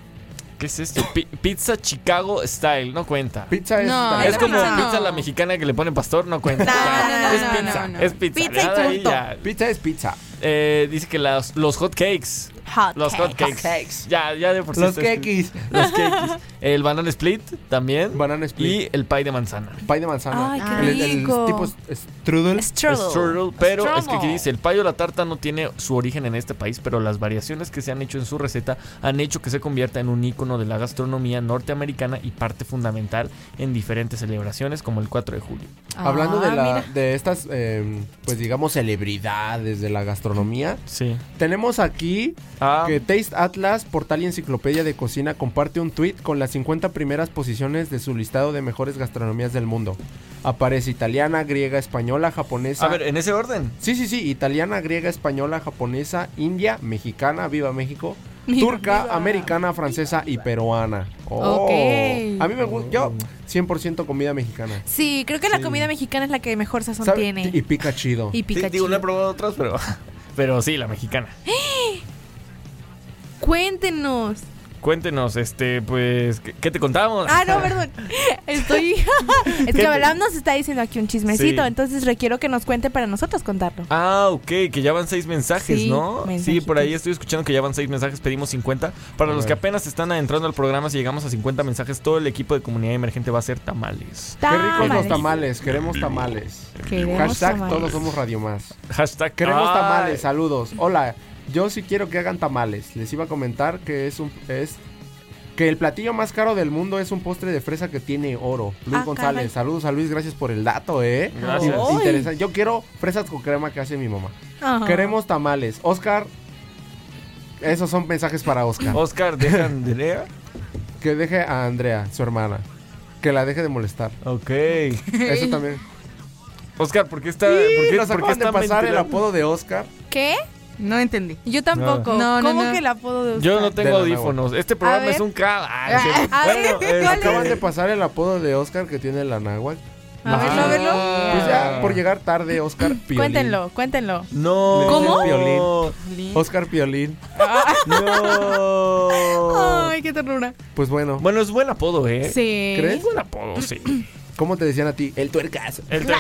S5: ¿Qué es esto? Pi- pizza Chicago Style, no cuenta.
S4: Pizza es...
S6: No,
S4: también.
S5: es como
S6: no.
S5: pizza la mexicana que le ponen pastor, no cuenta.
S8: No,
S5: Ya,
S8: no,
S5: es
S8: no,
S5: pizza,
S6: no, no.
S5: es pizza.
S8: Pizza y
S5: Ya de ahí
S8: punto.
S5: ya.
S4: Pizza es pizza.
S5: Eh, dice que las- los hot cakes.
S8: Hot
S5: Los hot
S8: cakes.
S5: cakes. Ya, ya de por sí
S4: Los
S5: esto es-
S4: kekis.
S5: Los cakes. El banana split también.
S4: Banana split.
S5: Y el pie de manzana.
S4: Pie de manzana.
S8: Ay,
S6: qué
S4: El- el
S8: rico.
S4: tipo es- strudel.
S8: Strudel.
S5: Strudel, pero es que aquí
S8: Strudel.
S5: dice, el payo a la tarta no tiene su origen en este país, pero las variaciones que se han hecho en su receta han hecho que se convierta en un ícono de la gastronomía norteamericana y parte fundamental en diferentes celebraciones como el 4 de julio.
S4: Hablando de,
S6: Ah,
S4: la,
S6: mira.
S4: de estas, eh, pues digamos, celebridades de la gastronomía,
S5: Sí.
S4: tenemos aquí
S5: Ah,
S4: que Taste Atlas, portal y enciclopedia de cocina, comparte un tweet con las 50 primeras posiciones de su listado de mejores gastronomías del mundo. Aparece italiana, griega, española, japonesa.
S5: a ver, eh. en ese orden.
S4: Sí, sí, sí, italiana, griega, española, japonesa, india, mexicana, viva México, turca, americana, francesa y peruana. Oh.
S6: Ok.
S4: A mí me gusta,
S5: Oh.
S4: yo 100% comida mexicana.
S8: Sí, creo que la comida mexicana es la que mejor sazón
S4: ¿Sabe?
S8: tiene.
S4: Y pica chido.
S8: Y
S5: Sí,
S8: pica
S5: Digo, no he
S8: chido.
S5: probado otras, pero, pero sí, la mexicana.
S8: Cuéntenos.
S5: Cuéntenos, este, pues, ¿qué, qué te contamos?
S8: Ah, no, perdón. Estoy. es que Abraham nos está diciendo aquí un chismecito,
S5: Sí.
S8: entonces requiero que nos cuente para nosotros contarlo.
S5: Ah, ok, que ya van seis mensajes,
S8: Sí,
S5: ¿no? Sí,
S8: mensajitos.
S5: por ahí estoy escuchando que ya van seis mensajes, pedimos 50. Para
S4: A
S5: los
S4: ver.
S5: que apenas están adentrando al programa, si llegamos a 50 mensajes, todo el equipo de comunidad emergente va a hacer tamales.
S4: Ah, Qué ricos los tamales, queremos tamales.
S8: Queremos
S4: Hashtag
S8: tamales.
S4: todos somos Radio Más.
S5: Hashtag
S4: Queremos
S5: ¡Ay!
S4: tamales, saludos. Hola, yo sí quiero que hagan tamales. Les iba a comentar que es un es que el platillo más caro del mundo es un postre de fresa que tiene oro. Luis
S8: Ah,
S4: González,
S8: caray.
S4: saludos a Luis, gracias por el dato, eh.
S5: Gracias.
S4: In- interesante. Yo quiero fresas con crema que hace mi mamá.
S8: Ajá.
S4: Queremos tamales. Oscar, esos son mensajes para Oscar.
S5: Oscar, deja Andrea.
S4: que deje a Andrea, su hermana. Que la deje de molestar.
S5: Ok.
S4: Eso también.
S5: Oscar, ¿por qué está.? ¿Por qué,
S4: Nos
S5: por qué
S4: acaban de
S5: están
S4: pasar el
S5: ventilando?
S4: apodo de Oscar.
S8: ¿Qué?
S6: No entendí.
S8: Yo tampoco.
S6: No, no,
S8: ¿Cómo
S6: no.
S8: que el apodo de usted?
S5: Yo no tengo
S4: De la nueva.
S5: audífonos. Este programa
S8: ver.
S5: es un ca. Ah, es cierto.
S8: A ver,
S5: Bueno,
S8: ¿cuál
S5: este-
S4: Acaban de pasar el apodo de Oscar que tiene la náhuatl.
S8: A verlo, a verlo.
S4: Pues
S5: Ah.
S4: ya, por llegar tarde, Oscar Piolín.
S8: Cuéntenlo, cuéntenlo.
S5: No.
S4: ¿Cómo?
S5: Violín.
S4: Oscar Piolín.
S5: No.
S8: Ay, qué ternura.
S4: Pues bueno,
S5: Bueno, es buen apodo, ¿eh?
S8: Sí.
S5: Es
S4: ¿crees?
S5: buen apodo, sí.
S4: ¿Cómo te decían a ti? El tuercazo.
S5: El tra-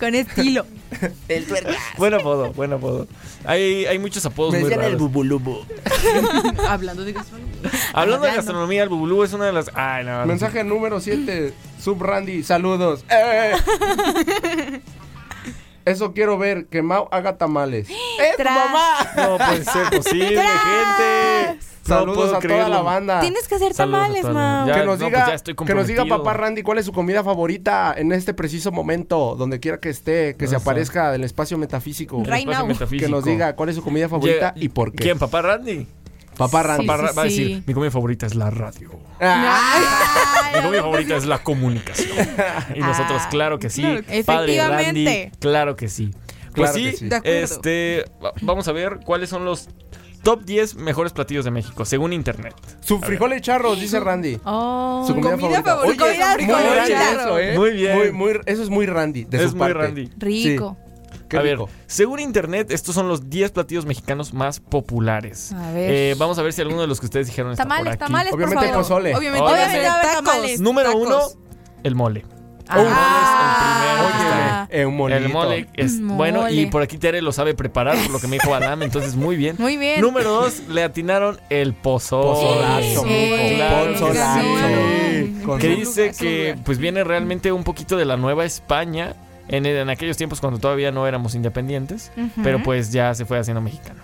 S8: Con estilo.
S4: El tuercazo.
S5: buen apodo, buen apodo. Hay, hay muchos apodos
S4: Me
S5: muy
S4: decían el
S5: raros.
S4: bubulubu.
S6: Hablando de gastronomía.
S5: Hablando de gastronomía, el bubulú es una de las. Ay, Ah, no.
S4: Ah, Mensaje número 7. Sub Randy, saludos. ¡Eh! Eso quiero ver, que Mau haga tamales. ¡Es tu
S8: Tras.
S4: mamá!
S5: No puede ser posible, gente. no
S4: Saludos
S5: puedo
S4: a
S5: creerlo.
S4: toda la banda.
S8: Tienes que hacer
S5: Saludos a
S8: tamales,
S5: todos.
S8: ma.
S5: Ya,
S4: que nos
S5: no,
S4: diga,
S5: pues ya estoy
S4: que nos diga
S5: comprometido.
S4: papá Randy cuál es su comida favorita en este preciso momento, donde quiera que esté, que se
S5: Eso.
S4: aparezca del espacio metafísico.
S8: Right
S5: Espacio
S8: now.
S5: metafísico.
S4: Que nos diga cuál es su comida favorita
S5: Llega-
S4: y por qué.
S5: ¿Quién? ¿Papá Randy?
S4: Papá Randy. Ah,
S5: Papá
S6: Sí,
S5: Ra-
S6: sí,
S5: va a
S6: sí.
S5: decir: Mi comida favorita es la radio.
S8: Ay,
S5: Mi comida favorita es la comunicación. Y nosotros, claro que sí.
S6: Ah, claro que sí.
S5: Padre Randy,
S8: Efectivamente.
S5: claro que sí. Pues
S4: Claro
S5: sí,
S4: que sí.
S6: De acuerdo.
S5: este, va- vamos a ver cuáles son los top 10 mejores platillos de México, según internet.
S4: Su frijol y charros, dice Randy.
S8: Oh.
S4: Su comida,
S6: Comida
S4: favorita.
S6: favorita,
S4: Oye,
S6: comida
S4: muy
S6: favorita.
S4: Randy eso,
S6: Claro.
S4: ¿eh?
S5: Muy bien.
S4: Muy, muy- eso es muy Randy, de
S5: es
S4: su
S5: muy
S4: parte.
S5: Randy.
S8: Rico.
S4: Qué
S5: a
S4: rico.
S5: ver, según internet, estos son los 10 platillos mexicanos más populares.
S6: A ver.
S5: Eh, vamos a ver si alguno de los que ustedes dijeron está por
S8: Tamales,
S5: aquí.
S8: tamales,
S4: Obviamente
S8: por favor.
S4: pozole.
S6: Obviamente,
S5: Obviamente
S6: va a ser
S8: va a haber
S6: tacos.
S8: tamales.
S5: Número
S6: Tacos.
S5: uno, el mole.
S8: Ah.
S4: Oye, eh, un molito.
S5: El mole es
S8: Mm, Mole.
S5: bueno y por aquí Tere lo sabe preparar, por lo que me dijo Adam, entonces muy bien.
S8: Muy bien.
S5: Número dos, le atinaron el pozole.
S4: Pozolazo,
S8: Eh,
S5: claro que
S4: pozolazo.
S5: sí.
S4: Sí, con-
S5: Que dice que pues viene realmente un poquito de la Nueva España en, en aquellos tiempos cuando todavía no éramos independientes, pero pues ya se fue haciendo mexicano.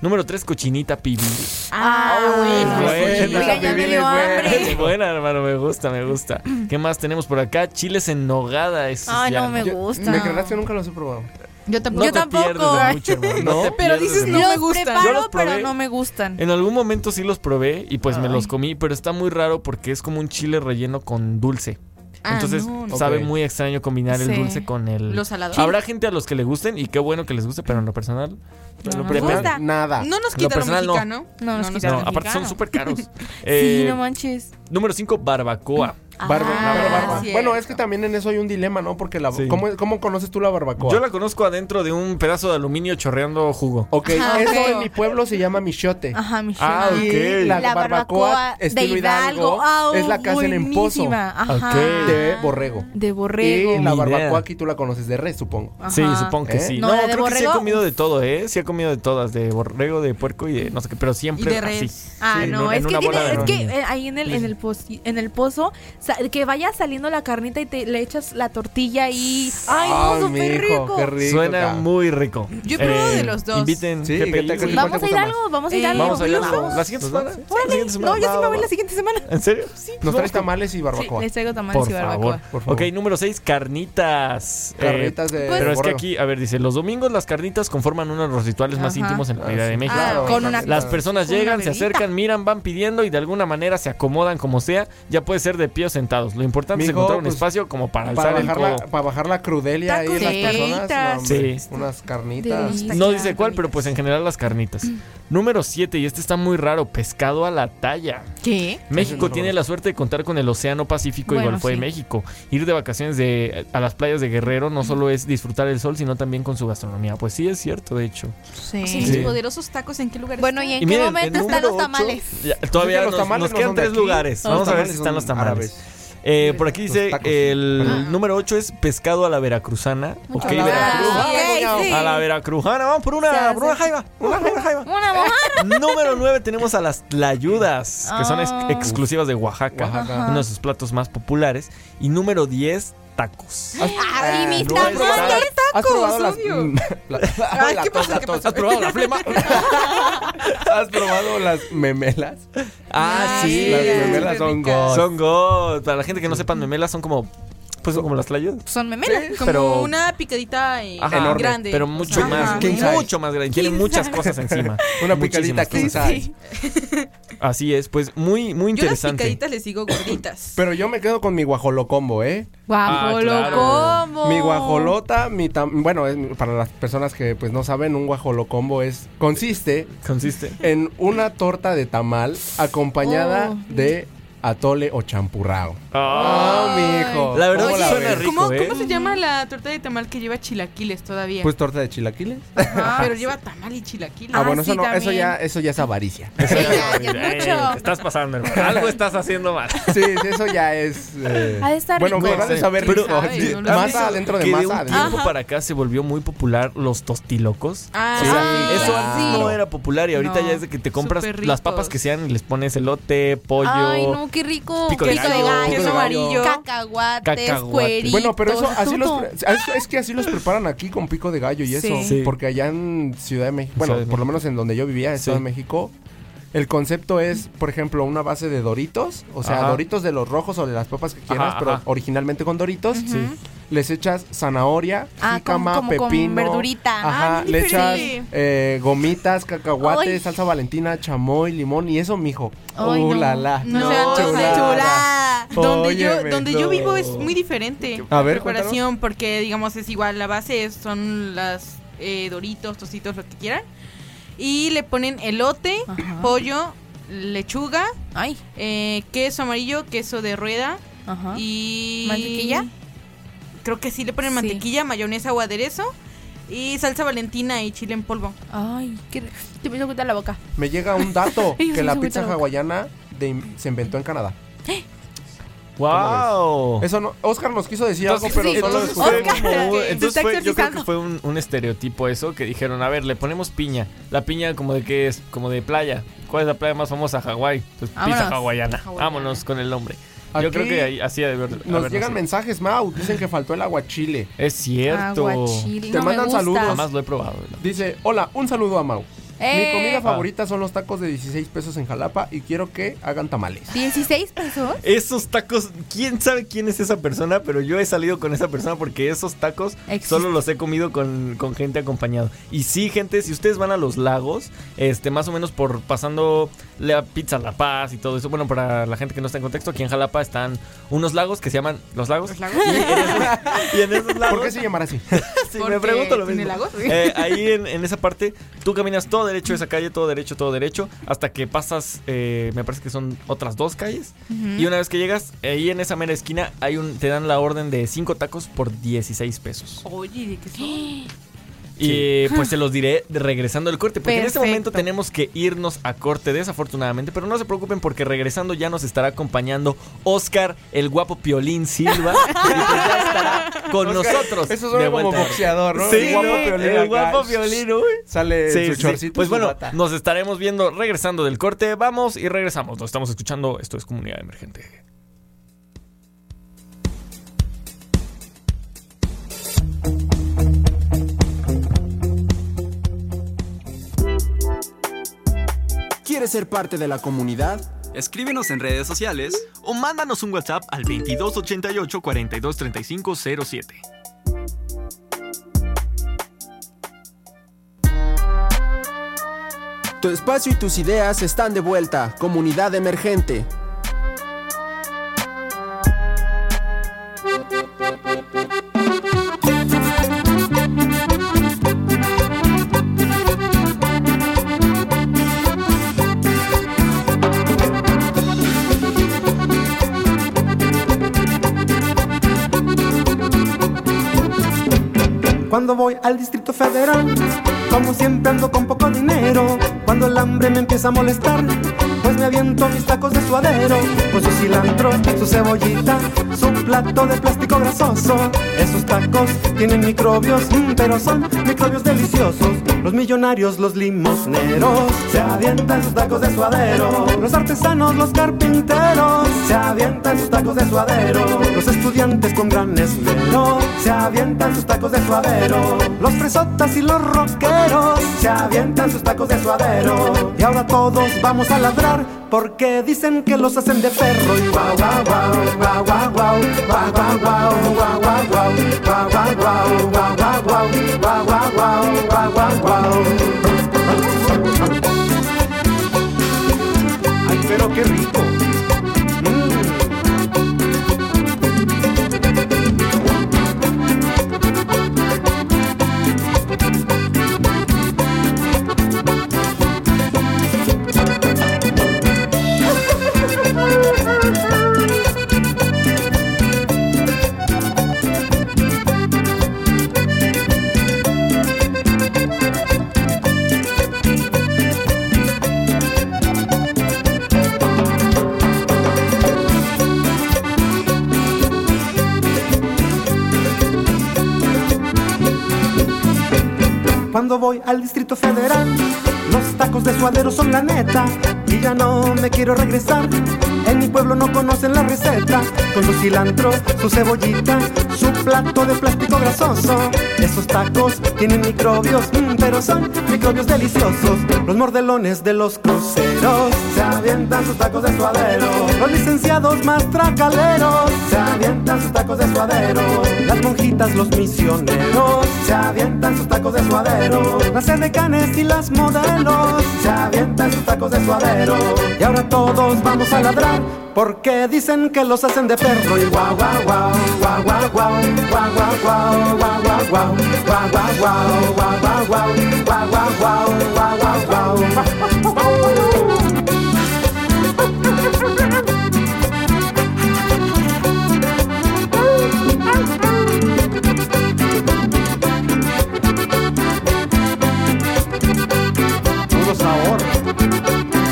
S5: Número tres, cochinita pibil.
S8: Ah,
S5: bueno.
S8: bueno.
S5: Buena,
S8: Oiga, ya me
S4: pibil
S8: dio
S4: es buena.
S8: hambre.
S5: Es buena, hermano, me gusta, me gusta. ¿Qué más tenemos por acá? Chiles en nogada. eso
S8: Ay,
S5: ya
S8: no me
S4: Yo-
S8: gusta.
S4: Me creerás que nunca los he probado.
S6: Yo
S5: No
S6: tampoco.
S8: Yo
S5: te
S8: tampoco.
S5: pierdes de mucho, hermano, no te
S6: Pero
S5: pierdes
S6: dices
S5: de
S6: no
S5: mucho.
S6: me gustan.
S5: Yo
S8: preparo,
S5: los
S8: pero
S5: probé.
S8: no me gustan.
S5: En algún momento sí los probé y pues me los comí, pero está muy raro porque es como un chile relleno con dulce.
S6: Ah,
S5: Entonces
S6: no, no.
S5: sabe
S4: Ok.
S5: muy extraño combinar el
S8: Sí.
S5: dulce con el...
S6: Lo salado.
S5: Habrá gente a los que le gusten y qué bueno que les guste, pero en lo personal...
S8: No,
S5: lo
S8: no.
S5: prefiero.
S8: Gusta.
S4: Nada.
S6: No
S5: ah,
S6: nos
S5: Lo
S6: quita lo,
S5: personal, no.
S6: mexicano.
S8: No nos quita
S5: No,
S8: lo
S5: aparte son
S8: mexicano.
S5: súper caros.
S8: Sí,
S5: Eh,
S8: no manches.
S5: número 5, barbacoa.
S4: Barba,
S8: Ah,
S4: la barba.
S6: cierto.
S4: Bueno, es que también en eso hay un dilema, ¿no? Porque la
S5: Sí.
S4: ¿cómo, cómo conoces tú la barbacoa?
S5: Yo la conozco adentro de un pedazo de aluminio chorreando jugo.
S4: Ok,
S8: Ajá,
S4: eso
S8: ok.
S4: en mi pueblo se llama michote.
S8: Ajá, mi
S5: Ah,
S8: chef.
S5: ok.
S4: Y la,
S8: La
S4: barbacoa,
S8: barbacoa de
S4: estilo Hidalgo,
S8: Hidalgo. Ah,
S4: es la que hacen en Pozo
S8: buenísima. Ajá.
S5: Ok.
S4: de borrego.
S8: De
S4: Y
S8: Ah, borrego.
S4: la
S5: Ni idea.
S4: barbacoa aquí tú la conoces de res, supongo.
S8: Ajá.
S5: Sí, supongo que
S4: ¿Eh?
S5: sí.
S8: No,
S5: No,
S8: la de
S5: creo que sí he
S8: borrego,
S5: comido de todo, ¿eh? Sí he comido de todas, de borrego, de puerco y de no sé qué, pero siempre
S6: Y de
S5: así.
S6: res.
S8: Ah,
S5: Sí,
S8: no,
S5: en
S8: es
S5: una
S8: que,
S5: bola
S8: tiene-
S5: de
S8: es que
S5: aluminio.
S8: eh, ahí en el, en el, poz- en el pozo, sa- que vaya saliendo la carnita y te, le echas la tortilla y... ¡Ay, no, súper
S4: mijo,
S8: rico!
S4: qué rico.
S5: Suena
S4: cabrón.
S5: muy rico. Eh,
S6: Yo he probado de los dos.
S5: Inviten.
S4: Sí,
S5: ¿qué
S4: ¿qué
S5: pedís?
S4: tal- qué tal-
S8: Vamos a
S4: te gusta más?
S8: Hidalgo, vamos a Hidalgo.
S5: Eh, Vamos a ir
S8: Vamos.
S5: la siguiente semana. La siguiente semana.
S8: No, yo sí me voy
S5: Va,
S8: la siguiente semana.
S5: va. ¿En serio?
S4: Nos traes tamales y barbacoa.
S8: Les traigo tamales
S5: Por
S8: y barbacoa.
S5: favor.
S4: Por favor.
S5: Ok, número 6, carnitas. Eh,
S4: Carnitas de
S8: pues,
S5: pero es que
S4: borrego.
S5: aquí, a ver, dice, los domingos las carnitas conforman uno de los rituales más
S8: Ajá. Ah,
S5: íntimos
S4: Ah,
S5: en la vida de México.
S8: claro, con una-
S5: Las personas
S8: Con una
S5: llegan, se
S8: bebidita.
S5: acercan, miran, van pidiendo y de alguna manera se acomodan como sea. Ya puede ser de pie o sentados. Lo importante es
S4: Mijo,
S5: encontrar un
S4: pues,
S5: espacio como para alzar
S4: Para
S5: el
S4: bajar, la,
S5: codo.
S4: para bajar la crudelia ahí en las
S6: Tacos.
S4: personas. no, hombre,
S5: Sí.
S4: Unas carnitas.
S8: Delicias.
S5: No dice cuál, pero pues en general las carnitas.
S8: Mm.
S5: Número 7, y este está muy raro, pescado a la talla.
S6: ¿Qué?
S5: México tiene la suerte de contar con el Océano Pacífico y
S6: Bueno,
S5: Golfo de
S6: sí.
S5: México. Ir de vacaciones de, a las playas de Guerrero
S8: Mm.
S5: no solo es disfrutar el sol, sino también con su gastronomía. Pues sí, es cierto, de hecho.
S6: O sea,
S5: Sí.
S6: los poderosos tacos en qué lugar
S8: Bueno, ¿y
S6: están?
S8: en
S5: Y
S8: qué
S5: miren,
S8: momento
S5: el
S8: están
S5: número
S8: los
S5: ocho-
S8: tamales?
S5: Ya, todavía
S4: Creo que
S5: nos,
S4: los tamales
S5: nos
S4: no
S5: quedan
S4: son de
S5: tres
S4: aquí.
S5: lugares.
S4: Los
S5: Vamos a ver
S4: tamales
S5: si están
S4: son
S5: los tamales.
S4: árabes.
S5: Eh, por aquí
S4: Los
S5: dice
S4: tacos.
S5: el
S4: Ajá.
S5: número 8 es pescado a la veracruzana. Ok,
S6: Ah,
S5: Veracruz.
S6: sí,
S8: ok, sí.
S5: A la veracrujana. Vamos por
S8: Se
S5: una,
S8: hace.
S5: por una jaiba. Una jaiba, jaiba.
S8: Una mojarra.
S5: Número 9 tenemos a las tlayudas, que son ex-
S8: Ah.
S5: exclusivas de Oaxaca,
S4: Oaxaca.
S5: uno de sus platos más populares. Y número 10, tacos.
S4: Eh,
S8: Ay, mis
S5: no
S8: tacos.
S5: está-
S4: ¿Has probado las,
S6: obvio.
S4: la- la- la tos, la tos.
S5: ¿Has probado la flema?
S4: ¿Has probado las memelas?
S5: ah,
S6: Ay,
S5: sí.
S4: las
S6: ay,
S4: memelas
S6: qué
S4: son
S6: ricas.
S4: god.
S5: Son god. Para la gente que no sepan, memelas son como. Pues son como las tlayudas.
S8: Son memelas.
S6: Como
S5: pero-
S6: una picadita eh,
S5: Ajá,
S4: Enorme,
S6: grande.
S5: Pero mucho
S6: Ajá.
S5: más.
S4: King size.
S5: Mucho más grande. Tiene muchas cosas encima.
S4: Una picadita
S5: Muchísimas
S4: king
S5: cosas.
S4: size.
S5: Así es, pues muy, muy
S6: Yo las
S5: interesante.
S6: picaditas les digo gorditas.
S4: Pero yo me quedo con mi guajolocombo, ¿eh?
S8: Guajolo
S5: Ah, claro.
S8: como.
S4: Mi guajolota, mi tam- bueno, es- para las personas que pues no saben, un guajolocombo es consiste
S5: Consiste.
S4: en una torta de tamal acompañada de atole o champurrao. Ah, mi hijo.
S5: La verdad sí suena
S4: ves?
S5: rico,
S6: ¿Cómo,
S5: ¿eh?
S6: cómo se llama la torta de tamal que lleva chilaquiles todavía?
S4: Pues torta de chilaquiles.
S6: Ajá, pero lleva tamal y chilaquiles.
S4: Ah, bueno,
S8: sí,
S4: eso no, eso
S8: también.
S4: ya, eso ya es avaricia.
S5: Eso
S8: ya, ya es
S5: Ey,
S8: mucho.
S5: te estás pasando, hermano. Algo estás haciendo mal.
S4: Sí, sí, eso ya es. eh,
S7: Ha de estar
S4: bueno,
S7: rico.
S4: me van a saber
S5: Pero-
S4: rico.
S6: Ay,
S4: Sí,
S6: no lo
S4: masa
S6: sé.
S4: dentro de
S5: que de
S4: masa.
S5: un
S4: adentro.
S5: tiempo para acá se volvió muy popular los tostilocos.
S6: Ah,
S5: O sea,
S6: sí,
S5: eso
S6: claro.
S5: antes no era popular y ahorita
S6: No,
S5: ya es de que te compras
S6: súper
S5: las
S6: ricos.
S5: papas que sean y les pones elote, pollo.
S8: Ay, no, qué rico.
S5: Pico de gallo,
S6: queso
S8: queso
S6: amarillo.
S8: Cacahuates,
S5: Cacahuate.
S8: cueritos.
S4: Bueno, pero eso así los
S8: todo.
S4: pre- es, es que así los preparan aquí con pico de gallo y eso,
S5: Sí.
S4: porque allá en Ciudad de México, bueno,
S5: Ciudad de
S4: por lo menos en donde yo vivía, en Ciudad
S5: Sí.
S4: de México, el concepto es, por ejemplo, una base de Doritos, o sea,
S5: Ajá.
S4: Doritos de los rojos o de las papas que quieras,
S5: Ajá,
S4: pero
S5: ajá.
S4: originalmente con Doritos. Les echas zanahoria,
S8: Ah,
S4: jícama,
S8: como- como con
S4: pepino.
S8: verdurita.
S4: Ajá,
S8: Ah,
S4: le echas
S8: sí.
S4: eh, gomitas, cacahuate,
S8: Ay.
S4: salsa valentina, chamoy, limón y eso, mijo.
S8: Ay,
S4: ¡Uh,
S8: no.
S4: la, la!
S8: No,
S6: No, o sea,
S4: chulada.
S8: chulada.
S6: Donde, yo,
S4: Óyeme,
S6: donde yo vivo
S4: no.
S6: es muy diferente
S4: A ver,
S6: la preparación porque digamos es igual la base es- son las eh, doritos, tocitos, lo que quieran y le ponen elote,
S8: Ajá.
S6: pollo, lechuga,
S8: Ay,
S6: eh, queso amarillo, queso de rueda
S8: ajá.
S6: y
S8: ¿Mantequilla?
S6: Creo que sí le ponen
S8: Sí.
S6: mantequilla, mayonesa o aderezo y salsa valentina y chile en polvo.
S8: Ay, qué rico. Te me hizo cuenta la boca.
S4: Me llega un dato
S8: Ay,
S4: que la
S8: se me
S4: pizza
S8: fue la boca.
S4: hawaiana de- se inventó en Canadá.
S5: ¡Wow!
S4: Eso no, Oscar nos quiso decir
S5: Entonces,
S4: algo, pero
S6: sí,
S4: solo
S5: entonces
S4: escuché.
S5: fue
S6: Oscar,
S5: como-
S6: que se
S5: entonces
S6: está
S5: fue- yo creo que
S6: exorcizando.
S5: fue un, un estereotipo eso que dijeron, a ver, le ponemos piña. La piña como de qué es, como de playa. ¿Cuál es la playa más famosa? Hawái. Pues pizza
S8: Vámonos.
S5: hawaiana.
S6: Hawaiana.
S5: Vámonos con el nombre.
S4: Aquí
S5: yo creo que ahí así ha de haber-
S4: Nos
S5: haber
S4: llegan
S5: nacido.
S4: mensajes, Mau. Dicen que faltó el aguachile.
S5: Es cierto.
S8: Aguachile.
S4: Te
S8: No me
S4: mandan
S8: gusta.
S4: saludos.
S5: Jamás lo he probado. ¿no?
S4: Dice, hola, un saludo a Mau.
S8: Eh.
S4: Mi
S5: Ah.
S4: comida favorita son los tacos de 16 pesos en Jalapa y quiero que hagan tamales.
S8: 16 pesos.
S5: Esos tacos, quién sabe quién es esa persona, pero yo he salido con esa persona porque esos tacos
S8: Existe.
S5: solo los he comido con, con gente acompañada. Y sí, gente, si ustedes van a los lagos, este, más o menos por pasando la pizza La Paz y todo eso, bueno, para la gente que no está en contexto, aquí en Jalapa están unos lagos que se llaman Los Lagos. Y, en esos, y en esos lagos.
S4: ¿Por qué se llamará así?
S5: Sí,
S6: Porque
S5: me pregunto lo
S6: tiene
S5: mismo.
S6: lagos.
S5: Eh, ahí en, en esa parte, tú caminas todo derecho esa calle, todo derecho, todo derecho, hasta que pasas, eh, me parece que son otras dos calles. Y una vez que llegas, ahí en esa mera esquina, hay un, te dan la orden de cinco tacos por 16 pesos.
S6: Oye, ¿de qué son?
S5: Y pues se los diré de- regresando al corte, porque en este momento
S6: Perfecto.
S5: tenemos que irnos a corte, desafortunadamente, pero no se preocupen porque regresando ya nos estará acompañando Oscar, el guapo Piolín Silva, y pues ya estará con
S4: Oscar,
S5: nosotros.
S4: Eso
S5: de
S4: suena como
S5: vuelta.
S4: boxeador, ¿no?
S5: Sí,
S4: El guapo
S5: ¿no?
S4: piolín
S5: El
S4: acá.
S5: guapo Piolín, uy.
S4: Sale
S5: Sí,
S4: su
S5: sí.
S4: chorcito. y
S5: Pues
S4: su
S5: bueno,
S4: bata.
S5: nos estaremos viendo regresando del corte. Vamos y regresamos. Nos estamos escuchando. Esto es Comunidad Emergente.
S9: ¿Quieres ser parte de la comunidad?
S2: Escríbenos en redes sociales.
S1: O mándanos un WhatsApp al 2288 423507.
S9: Tu espacio y tus ideas están de vuelta. Comunidad emergente.
S10: cuando voy al Distrito Federal. Como siempre ando con poco dinero, cuando el hambre me empieza a molestar, pues me aviento mis tacos de suadero, con su cilantro, su cebollita, su plato de plástico grasoso. Esos tacos tienen microbios, mm, pero son microbios deliciosos. Los millonarios, los limosneros, se avientan sus tacos de suadero. Los artesanos, los carpinteros, se avientan sus tacos de suadero. Los estudiantes con gran esmero, se avientan sus tacos de suadero. Los fresotas y los rockeros, se avientan sus tacos de suadero. Y ahora todos vamos a ladrar, porque dicen que los hacen de ferro. Y guau, guau, guau, guau, guau, guau, guau, guau, guau, guau, guau, guau, guau, guau, guau, guau, guau, guau, guau, guau, guau, guau, guau, guau.
S4: Ay, pero qué rico.
S10: Cuando voy al Distrito Federal, los tacos de suadero son la neta. Y ya no me quiero regresar. En mi pueblo no conocen la receta. Con su cilantro, su cebollita, su plato de plástico grasoso. Esos tacos tienen microbios, mm, pero son microbios deliciosos. Los mordelones de los cruceros se avientan sus tacos de suadero. Los licenciados más tracaleros se avientan sus tacos de suadero. Las monjitas, los misioneros se avientan sus tacos de suadero. Las edecanes y las modelos se avientan sus tacos de suadero. Y ahora todos vamos a ladrar porque dicen que los hacen de perro. Y guau, guau, guau, guau, guau, guau, guau, guau, guau, guau, guau, guau, guau, guau, guau, guau, guau, guau, guau, guau, guau, guau, guau, guau, guau.
S4: Puro sabor.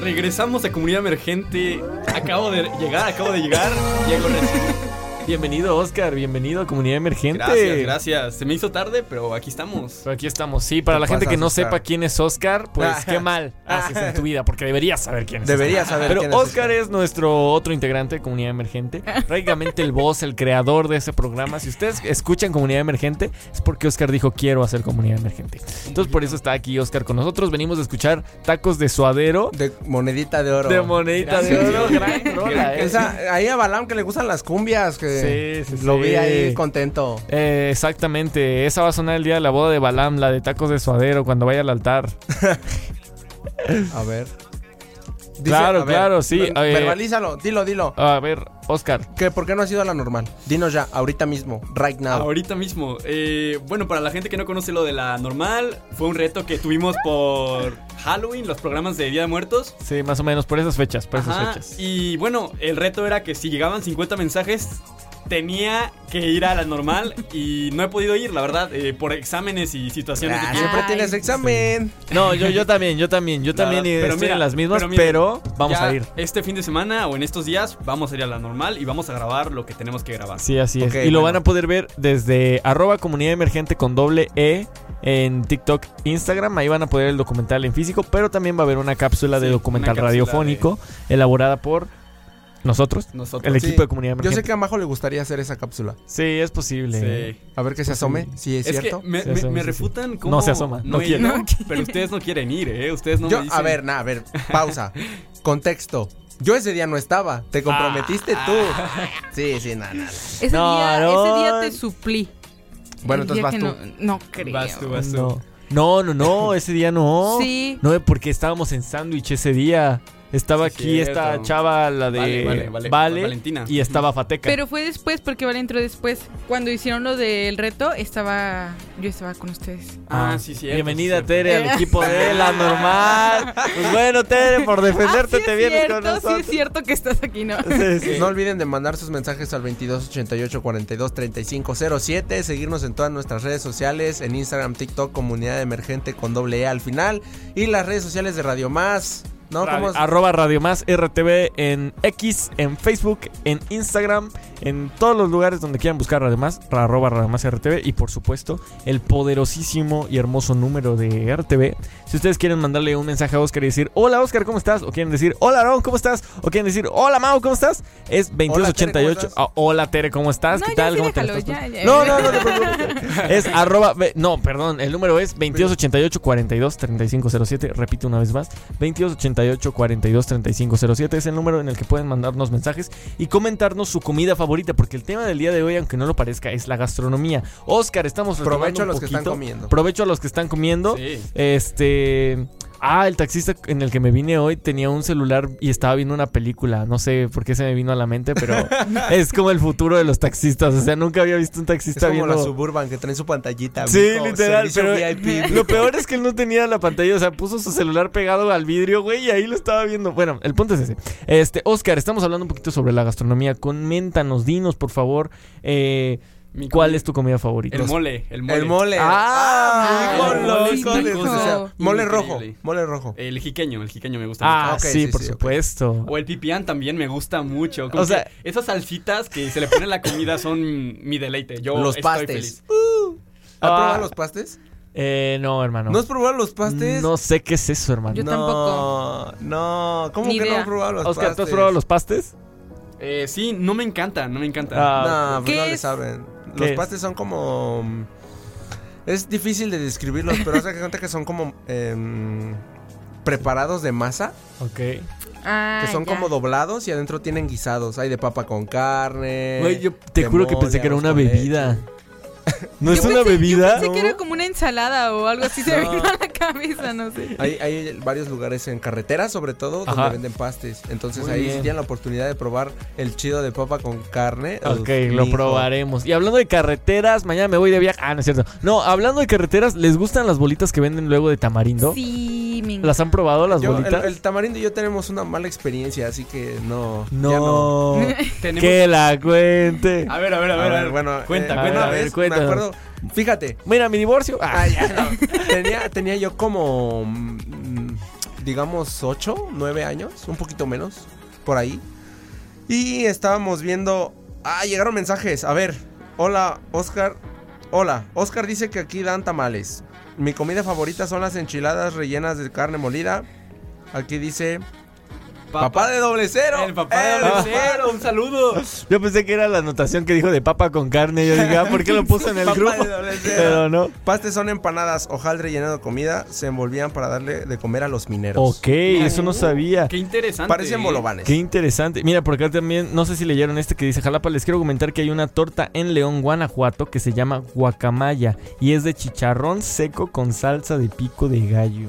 S2: Regresamos a Comunidad Emergente. Acabo de llegar, acabo de llegar. Llego recién.
S5: Bienvenido, Oscar. Bienvenido a Comunidad Emergente.
S2: Gracias, gracias. Se me hizo tarde, pero aquí estamos.
S5: Pero aquí estamos. Sí, para
S4: Te
S5: la gente que
S4: pasas,
S5: no
S4: Oscar.
S5: sepa quién es Oscar, pues qué mal haces en tu vida, porque deberías saber quién es.
S4: Deberías saber
S5: Pero
S4: quién es
S5: Oscar es nuestro otro integrante de Comunidad Emergente, prácticamente el voz, el creador de ese programa. Si ustedes escuchan Comunidad Emergente, es porque Oscar dijo quiero hacer Comunidad Emergente. Entonces por eso está aquí Oscar con nosotros. Venimos a escuchar Tacos de Suadero
S11: De monedita de oro.
S5: de monedita de oro. Gran rola, eh.
S11: Esa- ahí a Balam que le gustan las cumbias. Que
S5: Sí, sí,
S11: lo
S5: sí.
S11: vi ahí contento.
S5: Eh, exactamente, esa va a sonar el día de la boda de Balam, la de tacos de suadero cuando vaya al altar.
S11: A ver.
S5: Claro,
S11: a ver,
S5: claro, sí, eh.
S11: ver-
S5: a ver.
S11: Verbalízalo, dilo, dilo.
S5: A ver, Oscar,
S11: ¿Qué, ¿Por qué no has ido a la normal? Dinos ya, ahorita mismo, right now.
S2: Ahorita mismo. eh, bueno, para la gente que no conoce lo de la normal, fue un reto que tuvimos por Halloween, los programas de Día de Muertos.
S5: sí, más o menos por esas fechas, por esas
S2: Ajá,
S5: fechas.
S2: Y bueno, el reto era que si llegaban 50 mensajes, tenía que ir a la normal y no he podido ir, la verdad, eh, por exámenes y situaciones
S11: Ah,
S2: de tiempo.
S11: siempre tienes examen.
S5: No, yo, yo también, yo también, yo
S2: La
S5: también
S2: verdad,
S5: estoy
S2: mira,
S5: en las mismas, pero,
S2: mira,
S5: vamos
S2: ya
S5: a ir.
S2: Este fin de semana o en estos días vamos a ir a la normal y vamos a grabar lo que tenemos que grabar.
S5: Sí, así
S11: Ok,
S5: es. Y lo
S11: bueno.
S5: van a poder ver desde arroba comunidad emergente con doble E en TikTok, Instagram. Ahí van a poder el documental en físico, pero también va a haber una cápsula de
S2: Sí,
S5: documental
S2: una cápsula
S5: radiofónico elaborada por nosotros,
S2: Nosotros.
S5: el
S11: Sí.
S5: equipo de comunidad
S11: Yo
S5: emergente.
S11: sé que a Majo le gustaría hacer esa cápsula.
S5: Sí, es posible. ¿eh?
S2: Sí.
S11: A ver que se asome, si es,
S2: Es
S11: cierto.
S2: que me,
S5: Se
S2: me-
S5: asoma,
S2: me
S5: sí, sí.
S2: refutan
S5: No
S2: como.
S5: se asoma, no
S2: he
S5: quiere.
S2: ido, Pero ustedes no quieren ir, ¿eh? Ustedes no
S11: Yo,
S2: me dicen.
S11: a ver, nada, a ver, pausa. Contexto. Yo ese día no estaba, te comprometiste
S2: Ah,
S11: tú. Sí, sí, nada, nada.
S8: Ese,
S5: No,
S8: día,
S5: no.
S8: ese día te suplí.
S11: Bueno,
S8: El
S11: entonces
S8: día
S11: vas
S8: que
S11: tú.
S8: No, no creo.
S2: Vas pues tú, vas tú.
S5: No. No, no, no, ese día no.
S12: Sí.
S5: No, porque estábamos en sándwich ese día. Estaba
S2: Sí,
S5: aquí
S2: cierto.
S5: esta chava, la de
S2: Vale, vale, vale. Valentina.
S5: y estaba Fateca.
S6: Pero fue después, porque Vale entró después. Cuando hicieron lo del reto, estaba. Yo estaba con ustedes.
S2: Ah, sí, sí.
S5: Bienvenida, Tere, al equipo de La Normal. Pues bueno, Tere, por defenderte Pues te vienes con nosotros.
S6: es Ah, cierto que estás aquí, ¿no?
S5: Eh,
S4: No olviden de mandar sus mensajes al 2288 42 35 07, seguirnos en todas nuestras redes sociales, en Instagram, TikTok, Comunidad Emergente con doble E al final y las redes sociales de Radio Más. ¿No?
S5: Radio-
S4: ¿Cómo es?
S5: Arroba Radio Más RTV en X, en Facebook, en Instagram, en todos los lugares donde quieran buscar Radio Más, ra- arroba Radio Más RTV y por supuesto el poderosísimo y hermoso número de RTV. Si ustedes quieren mandarle un mensaje a Oscar y decir, hola Oscar, ¿cómo estás? O quieren decir, hola Aaron, ¿cómo estás? O quieren decir, hola Mau, ¿cómo estás? Es 2288. Ah, Hola Tere, ¿cómo estás?
S6: No,
S5: ¿Qué
S6: ya
S5: tal?
S6: sí,
S5: ¿Cómo
S6: déjalo,
S5: estás?
S6: ya, ya.
S5: No, no, no te preocupes. Es arroba. ve- No, perdón, el número es 2288-423507. Repito una vez más: 2288-423507. Es el número en el que pueden mandarnos mensajes y comentarnos su comida favorita. Porque el tema del día de hoy, aunque no lo parezca, es la gastronomía. Oscar, estamos retomando
S4: Provecho a
S5: un
S4: los que están
S5: poquito.
S4: comiendo.
S5: Provecho a los que están comiendo.
S4: Sí.
S5: Este. Ah, el taxista en el que me vine hoy tenía un celular y estaba viendo una película. No sé por qué se me vino a la mente, pero es como el futuro de los taxistas. O sea, nunca había visto un
S4: Es
S5: taxista
S4: como
S5: viendo.
S4: la Suburban que traen su pantallita.
S5: Sí,
S4: mijo,
S5: literal,
S4: servicio
S5: pero
S4: VIP,
S5: lo peor es que él no tenía la pantalla, o sea, puso su celular pegado al vidrio, güey, y ahí lo estaba viendo. Bueno, el punto es ese. Este, Oscar, estamos hablando un poquito sobre la gastronomía. Coméntanos, dinos, por favor, eh, ¿cuál es tu comida favorita?
S2: El mole, el mole.
S4: El mole. Ah,
S2: Ah,
S4: mi hijo loco.
S2: sí,
S4: de
S2: mijo.
S4: su- o sea, mole rojo,
S2: Increíble.
S4: mole rojo.
S2: El jiqueño, el jiqueño me gusta
S5: Ah,
S2: mucho.
S5: sí, por supuesto.
S2: O el pipián también me gusta mucho. Como
S5: O sea-
S2: que esas salsitas que se le ponen a la comida son mi deleite. Yo
S4: Los
S2: estoy
S4: pastes.
S2: feliz.
S4: ¿Has
S5: Ah.
S4: probado los pastes?
S5: Eh, no, hermano. Mm,
S4: ¿No has probado los pastes?
S5: No sé qué es eso, hermano.
S6: Yo
S4: no,
S6: tampoco.
S4: No, ¿cómo
S6: Ni
S4: que no
S6: idea.
S4: has probado los
S5: Oscar, ¿tú
S4: pastes?
S5: has probado los pastes?
S2: Eh, sí, no me encanta, no me encanta.
S5: Ah,
S4: No, pues
S6: ¿Qué
S4: no le
S6: es?
S4: saben.
S5: ¿Qué
S4: Los
S5: es?
S4: pastes son como. mm, Es difícil de describirlos, pero haz de cuenta que son como. em, preparados de masa,
S5: Ok.
S6: Ah,
S4: que son
S6: ya.
S4: como doblados y adentro tienen guisados. Hay de papa con carne.
S5: Güey, yo te
S4: de
S5: juro que
S4: mole,
S5: pensé que era
S4: arroz
S5: una
S4: con leche.
S5: bebida. ¿No
S6: Yo
S5: es una
S6: pensé- Yo
S5: bebida?
S6: pensé que era como una ensalada o algo así. Se me vino a la cabeza, no sé.
S4: Hay, hay varios lugares en carreteras, sobre todo,
S5: Ajá.
S4: donde venden pastes. Entonces
S5: Muy
S4: ahí
S5: bien.
S4: sí tienen la oportunidad de probar el chido de papa con carne. pues,
S5: Ok,
S4: Uf,
S5: lo
S4: mijo.
S5: probaremos. Y hablando de carreteras, mañana me voy de viaje. Ah, no es cierto. No, hablando de carreteras, ¿les gustan las bolitas que venden luego de tamarindo?
S6: Sí, me
S5: ¿Las han probado las
S4: Yo- el,
S5: bolitas?
S4: el tamarindo y yo tenemos una mala experiencia, así que no. ya
S5: No.
S2: Tenemos-
S5: que la cuente.
S2: A ver, a ver, a
S4: A
S2: ver.
S4: ver, bueno,
S2: cuenta,
S4: eh,
S5: a ver,
S2: cuenta.
S4: una
S5: a ver,
S4: vez
S5: cuéntanos.
S4: Me acuerdo, fíjate,
S5: Mira, mi divorcio. Ah,
S4: tenía, tenía yo como, mm, digamos, 8, 9 años, un poquito menos, por ahí. Y estábamos viendo, ah, llegaron mensajes, a ver, hola, Oscar, hola, Oscar dice que aquí dan tamales. Mi comida favorita son las enchiladas rellenas de carne molida. Aquí dice... Papá, de doble cero.
S2: El papá de
S4: papá.
S2: Lucero, un saludo.
S5: Yo pensé que era la anotación que dijo de papa con carne. Yo dije, ah, ¿por qué lo puso en el
S4: Papa de
S5: grupo?
S4: doble cero.
S5: Pero no.
S4: Pastes son empanadas, hojaldre lleno de comida, se envolvían para darle de comer a los mineros.
S5: Ok, eso no sabía.
S2: Qué interesante.
S4: Parecen bolovanes.
S5: Qué interesante. Mira, por acá también, no sé si leyeron este que dice Jalapa, les quiero comentar que hay una torta en León, Guanajuato, que se llama guacamaya y es de chicharrón seco con salsa de pico de gallo.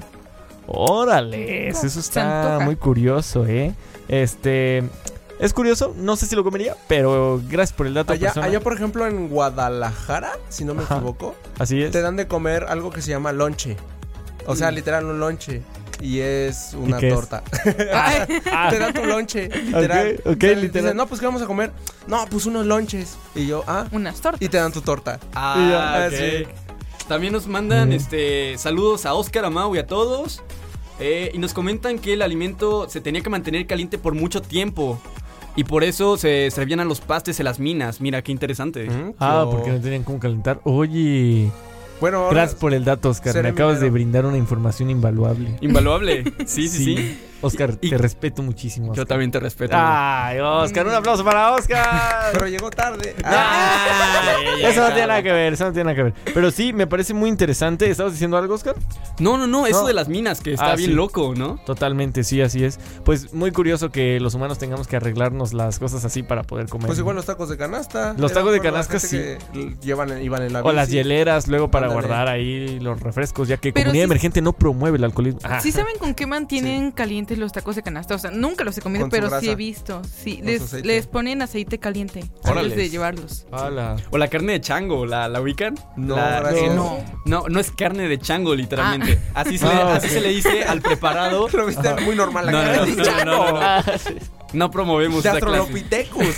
S5: Órale, eso está
S6: antoja.
S5: muy curioso, ¿eh? Este... Es curioso, no sé si lo comería, pero gracias por el dato.
S4: Allá,
S5: persona.
S4: allá, por ejemplo, en Guadalajara, si no me
S5: Ajá.
S4: equivoco,
S5: Así es.
S4: te dan de comer algo que se llama lonche. O sea, literal, un lonche. Y es una
S5: Mm. qué es?
S4: torta.
S5: Ah,
S4: te dan tu lonche, literal.
S5: Ok, ok,
S4: Te-
S5: literal.
S4: dicen, no, pues, ¿qué vamos a comer? No, pues, unos lonches. Y yo, ah.
S6: Unas tortas.
S4: Y te dan tu torta.
S2: Ah,
S4: Y ya,
S2: ok. También nos mandan este saludos a Oscar, a Mau y a todos. Eh, y nos comentan que el alimento se tenía que mantener caliente por mucho tiempo. Y por eso se servían a los pastes en las minas. Mira, qué interesante.
S4: Ujú,
S5: ah,
S4: yo-
S5: porque no tenían cómo calentar. Oye,
S4: Bueno, ahora-
S5: gracias por el dato, Oscar. Me
S4: seré
S5: acabas de
S4: minero.
S5: brindar una información invaluable.
S2: Invaluable. Sí, sí, sí.
S5: Oscar, te respeto muchísimo. Oscar.
S2: Yo también te respeto.
S5: Ay, Oscar, un aplauso para Oscar.
S4: Pero llegó tarde.
S2: Ah,
S5: Ah,
S4: Ah,
S5: eso no tiene nada que ver, eso no tiene nada que ver. Pero sí, me parece muy interesante. ¿Estabas diciendo algo, Oscar?
S2: No, no, no, eso de las minas, que está
S5: Ah,
S2: bien
S5: sí.
S2: loco, ¿no?
S5: Totalmente, sí, así es. Pues muy curioso que los humanos tengamos que arreglarnos las cosas así para poder comer.
S4: Pues igual los tacos de canasta.
S5: Los
S4: Era
S5: tacos de
S4: por la
S5: canasta,
S4: gente que Llevan, en- iban en la
S5: o las
S4: bici.
S5: hieleras luego para
S4: Ándale.
S5: guardar ahí los refrescos, ya que
S6: Pero
S5: comunidad
S6: sí-
S5: emergente no promueve el alcoholismo. Ah.
S6: ¿Sí saben con qué mantienen calientes los tacos de canasta? O sea, nunca los he comido,
S5: Con su
S6: pero sí
S5: grasa.
S6: he visto. Sí,
S5: Con su
S6: les,
S5: aceite.
S6: les ponen aceite caliente antes de llevarlos.
S2: O la carne de chango, ¿la, la ubican?
S4: No,
S2: La-
S4: gracias.
S2: eh,
S4: No.
S2: no. no, no es carne de chango, literalmente. Así, se, le,
S4: Ah,
S2: así
S4: ok.
S2: se le dice al preparado.
S4: Lo viste muy normal la
S2: No,
S4: cara
S2: no,
S4: de
S2: no,
S4: chango. Ah,
S2: no, no, no. No promovemos
S4: De
S2: esa clase.
S4: Astrolopithecus.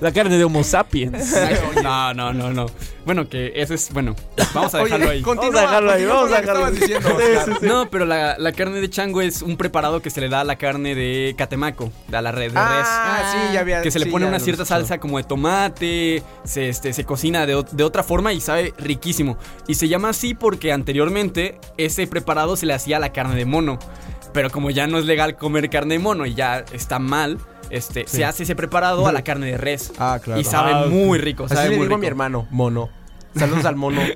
S5: La carne de Homo sapiens.
S2: No, no, no, no. Bueno, que eso es. Bueno, vamos a
S5: Oye,
S2: dejarlo ahí.
S5: continúa, Vamos a dejarlo ahí, continúa vamos a con lo que dejarlo ahí. estabas diciendo, Oscar.
S2: No, pero la, la carne de chango es un preparado que se le da a la carne de catemaco, a la red de
S4: Ah,
S2: res.
S4: sí, ya había-
S2: Que se le
S4: sí,
S2: pone
S4: ya
S2: una
S4: lo
S2: cierta
S4: escuchado.
S2: salsa como de tomate, se, este, se cocina de, ot- de otra forma y sabe riquísimo. Y se llama así porque anteriormente ese preparado se le hacía a la carne de mono. Pero como ya no es legal comer carne de mono y ya está mal, este,
S4: Sí.
S2: se hace ese preparado a la carne de res.
S4: Ah, claro.
S2: Y sabe
S4: Ah, ok.
S2: muy rico,
S4: Así
S2: sabe
S4: le
S2: muy
S4: digo a
S2: rico.
S4: mi hermano, mono. Saludos al mono. Si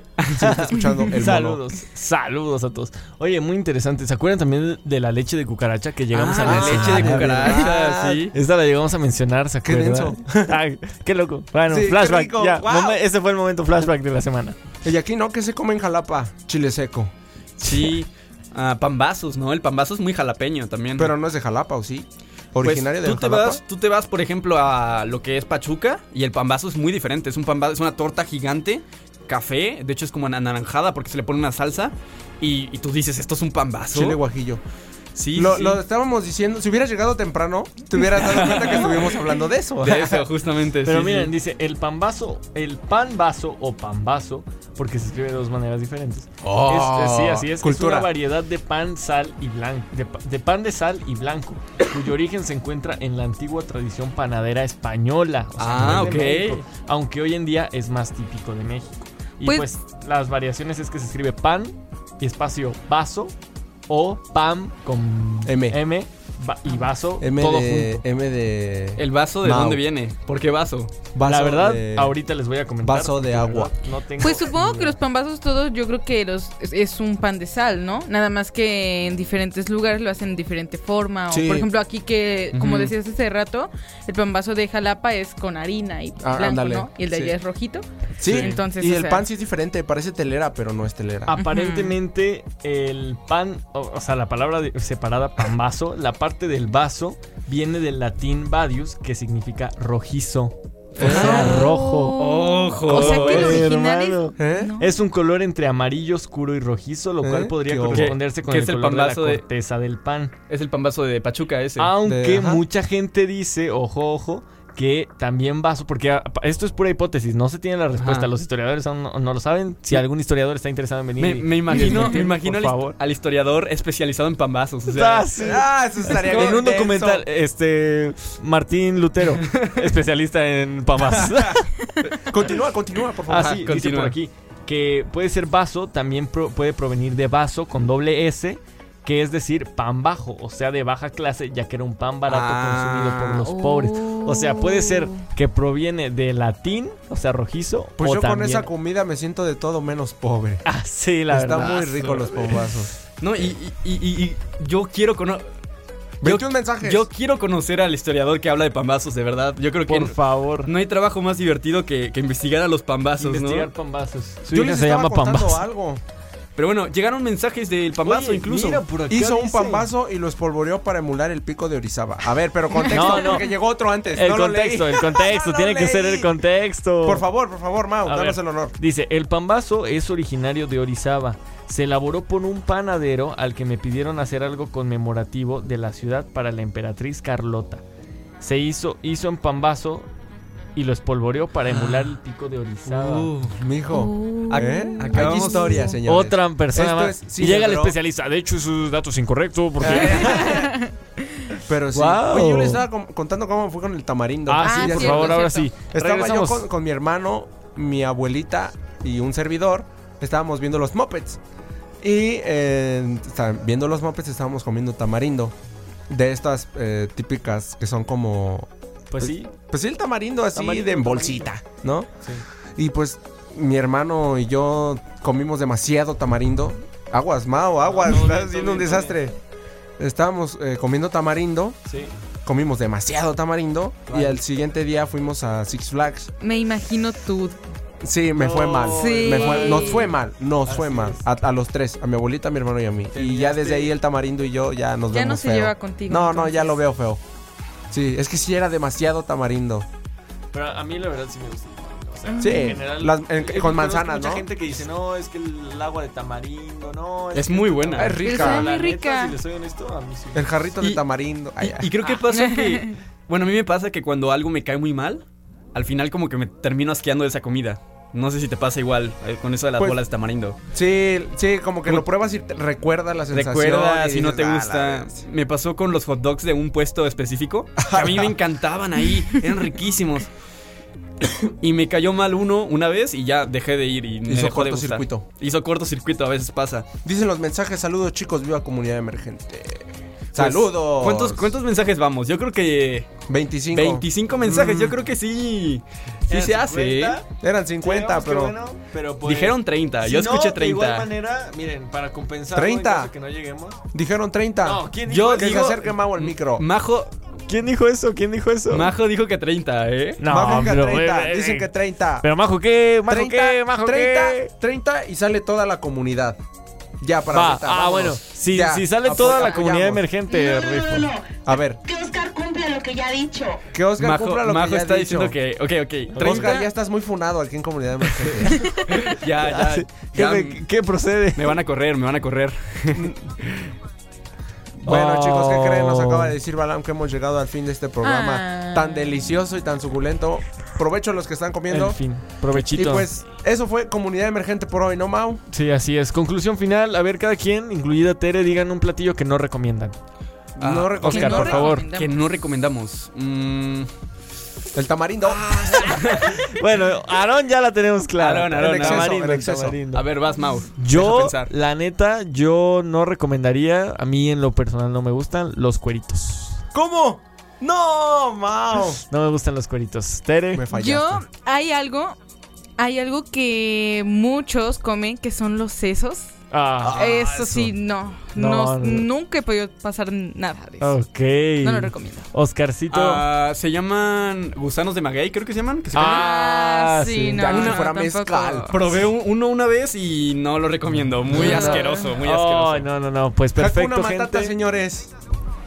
S4: me está escuchando, el mono.
S5: saludos, saludos a todos. Oye, muy interesante. ¿Se acuerdan también de la leche de cucaracha que llegamos
S2: Ah,
S5: a
S2: la
S5: mencionar?
S2: leche de cucaracha, sí.
S5: Esta la llegamos a mencionar, ¿se
S4: Qué
S5: acuerdan?
S4: denso.
S5: Ay, qué loco. Bueno,
S4: Sí, qué
S5: flashback.
S4: rico,
S5: ya.
S4: wow.
S5: Mom- Ese fue el momento flashback de la semana.
S4: Y aquí no, que se come en Jalapa? Chile seco.
S2: Sí. Ah, pambazos, ¿no? El pambazo es muy jalapeño también.
S4: Pero no es de Jalapa, ¿o sí?
S2: Pues,
S4: Originario de
S2: tú te
S4: Jalapa.
S2: vas, tú te vas, por ejemplo, a lo que es Pachuca y el pambazo es muy diferente. Es un pambazo, es una torta gigante, café, de hecho es como anaranjada porque se le pone una salsa y, y tú dices, esto es un pambazo.
S4: Chile guajillo.
S2: Sí,
S4: lo,
S2: sí.
S4: lo estábamos diciendo. Si hubieras llegado temprano, te hubieras dado cuenta que estuvimos hablando de eso.
S2: De eso, justamente.
S5: Pero
S2: sí,
S5: miren,
S2: sí.
S5: dice el pambazo, el pan vaso o pambazo, porque se escribe de dos maneras diferentes.
S4: Oh,
S5: Es- es- sí, así es.
S4: cultura.
S5: Es una variedad de pan, sal y blanco, de, pa- de pan de sal y blanco, cuyo origen se encuentra en la antigua tradición panadera española. o sea,
S2: Ah,
S5: no es de
S2: ok.
S5: México, aunque hoy en día es más típico de México. Y
S6: Pues-
S5: pues, las variaciones es que se escribe pan y espacio vaso o pam con
S4: M.
S5: M va- y vaso
S4: M
S5: todo
S4: de,
S5: junto.
S4: M de.
S2: ¿El vaso de
S4: Mau.
S2: dónde viene? ¿Por qué vaso?
S4: Vaso
S5: la verdad,
S4: de-
S5: ahorita les voy a comentar.
S4: Vaso de
S5: porque la
S4: agua.
S5: verdad No tengo
S6: Pues supongo que los pambazos todos, yo creo que los es, es un pan de sal, ¿no? Nada más que en diferentes lugares lo hacen de diferente forma. O
S4: Sí.
S6: por ejemplo aquí que, como
S4: Ujú.
S6: decías hace rato, el pambazo de Jalapa es con harina y
S4: Ah,
S6: blanco,
S4: ándale.
S6: ¿no? Y el de
S4: Sí.
S6: allá es rojito.
S4: Sí,
S6: Entonces,
S4: y
S6: o
S4: el
S6: sea,
S4: pan sí es diferente, parece telera, pero no es telera.
S5: Ah, Aparentemente el pan, o, o sea, la palabra de- separada pambazo, la parte del vaso viene del latín vadius, que significa rojizo. O
S8: Ah.
S2: Ah.
S5: sea, rojo.
S2: Ojo. Oh. O sea que el
S6: original es-
S5: hermano.
S4: ¿Eh?
S5: Es un color entre amarillo oscuro y rojizo, lo cual
S4: ¿Eh?
S5: podría
S4: ¿Qué hubo?
S5: corresponderse con
S2: ¿Qué
S5: el,
S2: es el
S5: color de la
S2: pambazo de-
S5: corteza del pan.
S2: Es el pambazo de Pachuca ese.
S5: Aunque
S2: De- ajá.
S5: mucha gente dice, ojo, ojo, que también vaso, porque a- esto es pura hipótesis, no se tiene la respuesta.
S2: Ajá.
S5: Los historiadores aún no, no lo saben. Si algún historiador está interesado en venir,
S2: Me,
S5: y-
S2: me
S5: y
S2: imagino,
S5: desmentir,
S2: me imagino
S5: por
S2: al,
S5: favor.
S2: hist- al historiador especializado en pambazos. o sea,
S5: Ah, sí.
S4: Ah, eso estaría
S5: en
S4: bien
S5: un
S4: denso.
S5: documental, este Martín Lutero, especialista en pamás.
S4: Continúa, Ah, continúa, por favor.
S5: Así dice
S2: continúa.
S5: por aquí que puede ser vaso, también pro- puede provenir de vaso con doble S, que es decir, pan bajo, o sea, de baja clase, ya que era un pan barato
S4: Ah,
S5: consumido por los pobres. O sea,
S6: Oh.
S5: puede ser que proviene de latín, o sea, rojizo,
S4: Pues
S5: o
S4: yo con
S5: también.
S4: esa comida me siento de todo menos pobre.
S5: Ah, sí, la
S4: Está
S5: verdad.
S4: muy rico los pombazos.
S2: No, y, y- y- y yo quiero conocer.
S4: 21 mensajes.
S2: Yo quiero conocer al historiador que habla de pambazos, de verdad. Yo creo que
S5: Por
S2: no,
S5: favor,
S2: no hay trabajo más divertido que, que investigar a los pambazos,
S5: investigar
S2: ¿no?
S5: pambazos. Su
S4: Yo
S5: hija
S4: les
S5: se
S4: estaba
S5: llama
S4: contando
S5: pambazo.
S4: algo.
S2: Pero bueno, llegaron mensajes del pambazo
S5: Oye,
S2: incluso.
S5: mira, por acá
S4: Hizo un
S5: dice-
S4: pambazo y lo espolvoreó para emular el pico de Orizaba. A ver, pero contexto,
S5: No, no.
S4: porque llegó otro antes.
S5: El
S4: No lo
S5: contexto,
S4: leí.
S5: el contexto,
S4: No lo
S5: tiene que ser
S4: leí.
S5: el contexto.
S4: Por favor, por favor, Mau,
S5: A
S4: danos
S5: ver.
S4: el honor.
S5: Dice, el pambazo es originario de Orizaba. Se elaboró por un panadero al que me pidieron hacer algo conmemorativo de la ciudad para la emperatriz Carlota. Se hizo, hizo en pambazo y lo espolvoreó para emular el pico de Orizaba.
S4: Uh, mijo.
S2: Ac-
S4: ¿Eh? Hay
S2: acabamos-
S4: historia, señor.
S5: Otra persona
S4: Esto
S5: más.
S4: es- Ah, sí,
S5: y llega el
S4: pero-
S5: especialista. De hecho, sus datos incorrectos porque...
S4: Pero sí.
S5: Guau.
S4: Oye, yo les estaba com- contando cómo fue con el tamarindo.
S5: Ah, sí,
S4: Ya
S5: por
S4: sé.
S5: favor, ahora sí.
S4: Estaba
S5: Regresamos.
S4: yo con, con mi hermano, mi abuelita y un servidor. Estábamos viendo los mopeds. Y eh, está- viendo los mopeds estábamos comiendo tamarindo. De estas eh, típicas que son como...
S5: Pues sí.
S4: Pues sí, el tamarindo así
S5: Tamarindo,
S4: de en
S5: tamarindo.
S4: bolsita, ¿no?
S5: Sí.
S4: Y pues mi hermano y yo comimos demasiado tamarindo. Aguas, Mao, aguas,
S5: No, no,
S4: estás
S5: todo
S4: haciendo un
S5: bien, todo bien.
S4: desastre. Estábamos eh, comiendo tamarindo.
S5: Sí.
S4: Comimos demasiado tamarindo. Y
S5: Claro.
S4: al siguiente día fuimos a Six Flags.
S6: Me imagino tú.
S4: Sí, me fue mal.
S6: Sí.
S4: Me fue- nos fue mal, nos
S5: Así
S4: fue mal.
S5: es.
S4: A, a los tres, a mi abuelita, a mi hermano y a mí. Y ya desde ahí el tamarindo y yo ya nos
S6: Ya
S4: vemos
S6: no se
S4: feo.
S6: lleva contigo,
S4: No, no,
S6: entonces.
S4: ya lo veo feo. Sí, es que sí era demasiado tamarindo.
S5: Pero a mí la verdad sí me gusta. el tamarindo, o sea,
S4: Sí,
S5: en general,
S4: las- en-
S5: eh,
S4: con
S5: conozco
S4: manzanas,
S5: mucha
S4: ¿no?
S5: gente que dice, no, es que el agua de tamarindo, no.
S2: Ah, Es muy
S5: que-
S2: buena.
S4: Es rica.
S6: Pero sabe
S5: La
S6: muy
S5: neta,
S6: rica.
S5: si les soy honesto, a mí sí.
S4: El jarrito de
S2: Y-
S4: tamarindo. Ay, ay.
S2: Y, y creo que pasa que. Bueno, a mí me pasa que cuando algo me cae muy mal, al final como que me termino asqueando de esa comida. No sé si te pasa igual eh, con eso de las
S4: Pues-
S2: bolas de tamarindo.
S4: Sí, sí, como que
S2: Como-
S4: lo pruebas y te recuerda la sensación.
S2: Recuerda
S4: y
S2: si no
S4: dices,
S2: te
S4: "Ah, la
S2: gusta.
S4: bestia".
S2: Me pasó con los hot dogs de un puesto específico. que a mí me encantaban ahí, eran riquísimos. Y me cayó mal uno una vez y ya dejé de ir y me
S4: Hizo
S2: dejó de gustar.
S4: cortocircuito.
S2: Hizo cortocircuito, a veces pasa.
S4: Dicen los mensajes, saludos chicos, viva comunidad emergente. Saludos.
S2: Pues, ¿Cuántos, ¿Cuántos mensajes vamos? Yo creo que
S4: 25.
S2: 25 mensajes,
S4: Mm.
S2: yo creo que sí. Sí
S5: Ya,
S2: se
S4: ah,
S2: hace. ¿eh?
S5: 50,
S4: Eran 50,
S5: Digamos que
S4: pero
S5: bueno, pero pues-
S2: Dijeron 30,
S5: Si
S2: yo
S5: no,
S2: escuché
S5: De igual
S2: 30.
S5: manera, miren, para compensar
S4: 30.
S5: que no lleguemos.
S4: dijeron 30.
S5: No, ¿quién dijo
S2: Yo
S5: eso?
S4: que
S2: digo-
S4: se acerque Mau al micro.
S2: Majo,
S5: ¿Quién dijo eso? ¿Quién dijo eso?
S2: Majo dijo que 30, ¿eh?
S5: No,
S4: Majo que
S5: pero,
S4: 30,
S5: eh, eh,
S4: dicen que 30.
S5: Pero Majo qué, Majo
S4: 30,
S5: qué, Majo
S4: 30,
S5: qué.
S4: 30 y sale toda la comunidad. Ya para
S5: Va,
S4: ahorita,
S5: ah,
S4: vámonos.
S5: bueno, si,
S4: Ya,
S5: si sale
S4: apo-
S5: toda la
S4: apoyamos.
S5: comunidad emergente, rifo.
S4: A ver,
S13: Que Oscar cumpla lo que ya ha dicho.
S4: que Oscar
S2: Majo,
S4: cumpla lo
S2: Majo
S4: que ya
S2: está
S4: he dicho.
S2: diciendo que. Ok, ok. 30,
S4: Oscar, ya estás muy funado aquí en comunidad emergente.
S2: ya, ya, ya,
S5: ¿Qué, qué procede?
S2: Me van a correr, me van a correr.
S4: Bueno,
S5: Oh.
S4: chicos, ¿qué creen? Nos acaba de decir Balam que hemos llegado al fin de este programa
S6: Ah.
S4: tan delicioso y tan suculento. Provecho a los que están comiendo.
S5: En fin,
S4: Y
S5: provechito.
S4: pues, eso fue Comunidad Emergente por hoy, ¿no, Mau?
S5: Sí, así es. Conclusión final, a ver cada quien, incluida Tere, digan un platillo que no recomiendan.
S2: Ah,
S4: no
S6: Que
S5: Oscar,
S4: recomiendo.
S6: no
S5: por favor.
S6: recomendamos.
S2: Que Eh, no recomendamos. Mm,
S4: El tamarindo.
S6: Ah,
S5: bueno, Aarón ya la tenemos clara.
S2: Aarón, Aarón,
S5: El
S2: Aarón.
S5: tamarindo,
S4: En
S5: el
S4: exceso.
S5: tamarindo.
S2: a ver, vas, Mau.
S5: Yo,
S2: deja pensar.
S5: la neta, yo no recomendaría, a mí en lo personal no me gustan los cueritos.
S4: ¿Cómo? No, Mau.
S5: No me gustan los cueritos. Tere.
S4: Me fallaste.
S6: Yo, hay algo, hay algo que muchos comen que son los sesos.
S5: Ah,
S6: eso, sí, no,
S5: No,
S6: no,
S5: no.
S6: Nunca he podido pasar nada de eso.
S5: Ok.
S6: No lo recomiendo.
S5: Oscarcito.
S2: Ah, se llaman gusanos de maguey, creo que se llaman. Que se comen.
S5: Ah,
S6: Ah, sí,
S5: sí.
S6: no.
S4: Ya ni
S6: no,
S4: fuera
S6: tampoco.
S4: mezcal.
S2: Probé un- uno una vez y no lo recomiendo. Muy
S5: No.
S2: asqueroso, muy
S5: Ay,
S2: asqueroso.
S5: no, no, no. Pues
S4: Perfecto,
S5: perfecto,
S4: Hakuna Matata,
S5: gente.
S4: señores.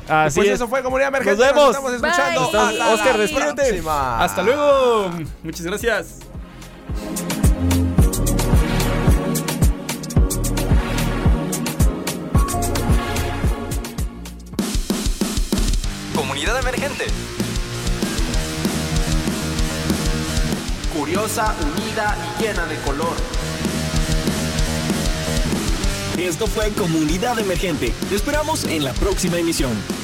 S5: Así
S4: pues
S5: es.
S4: eso fue Comunidad Emergente.
S5: Nos vemos.
S4: estamos escuchando.
S6: Bye.
S4: Hasta la
S5: Oscar, despídete.
S4: próxima.
S2: Hasta luego. Muchas gracias.
S11: Comunidad emergente.
S14: Curiosa, unida y llena de color.
S11: Esto fue Comunidad emergente. Te esperamos en la próxima emisión.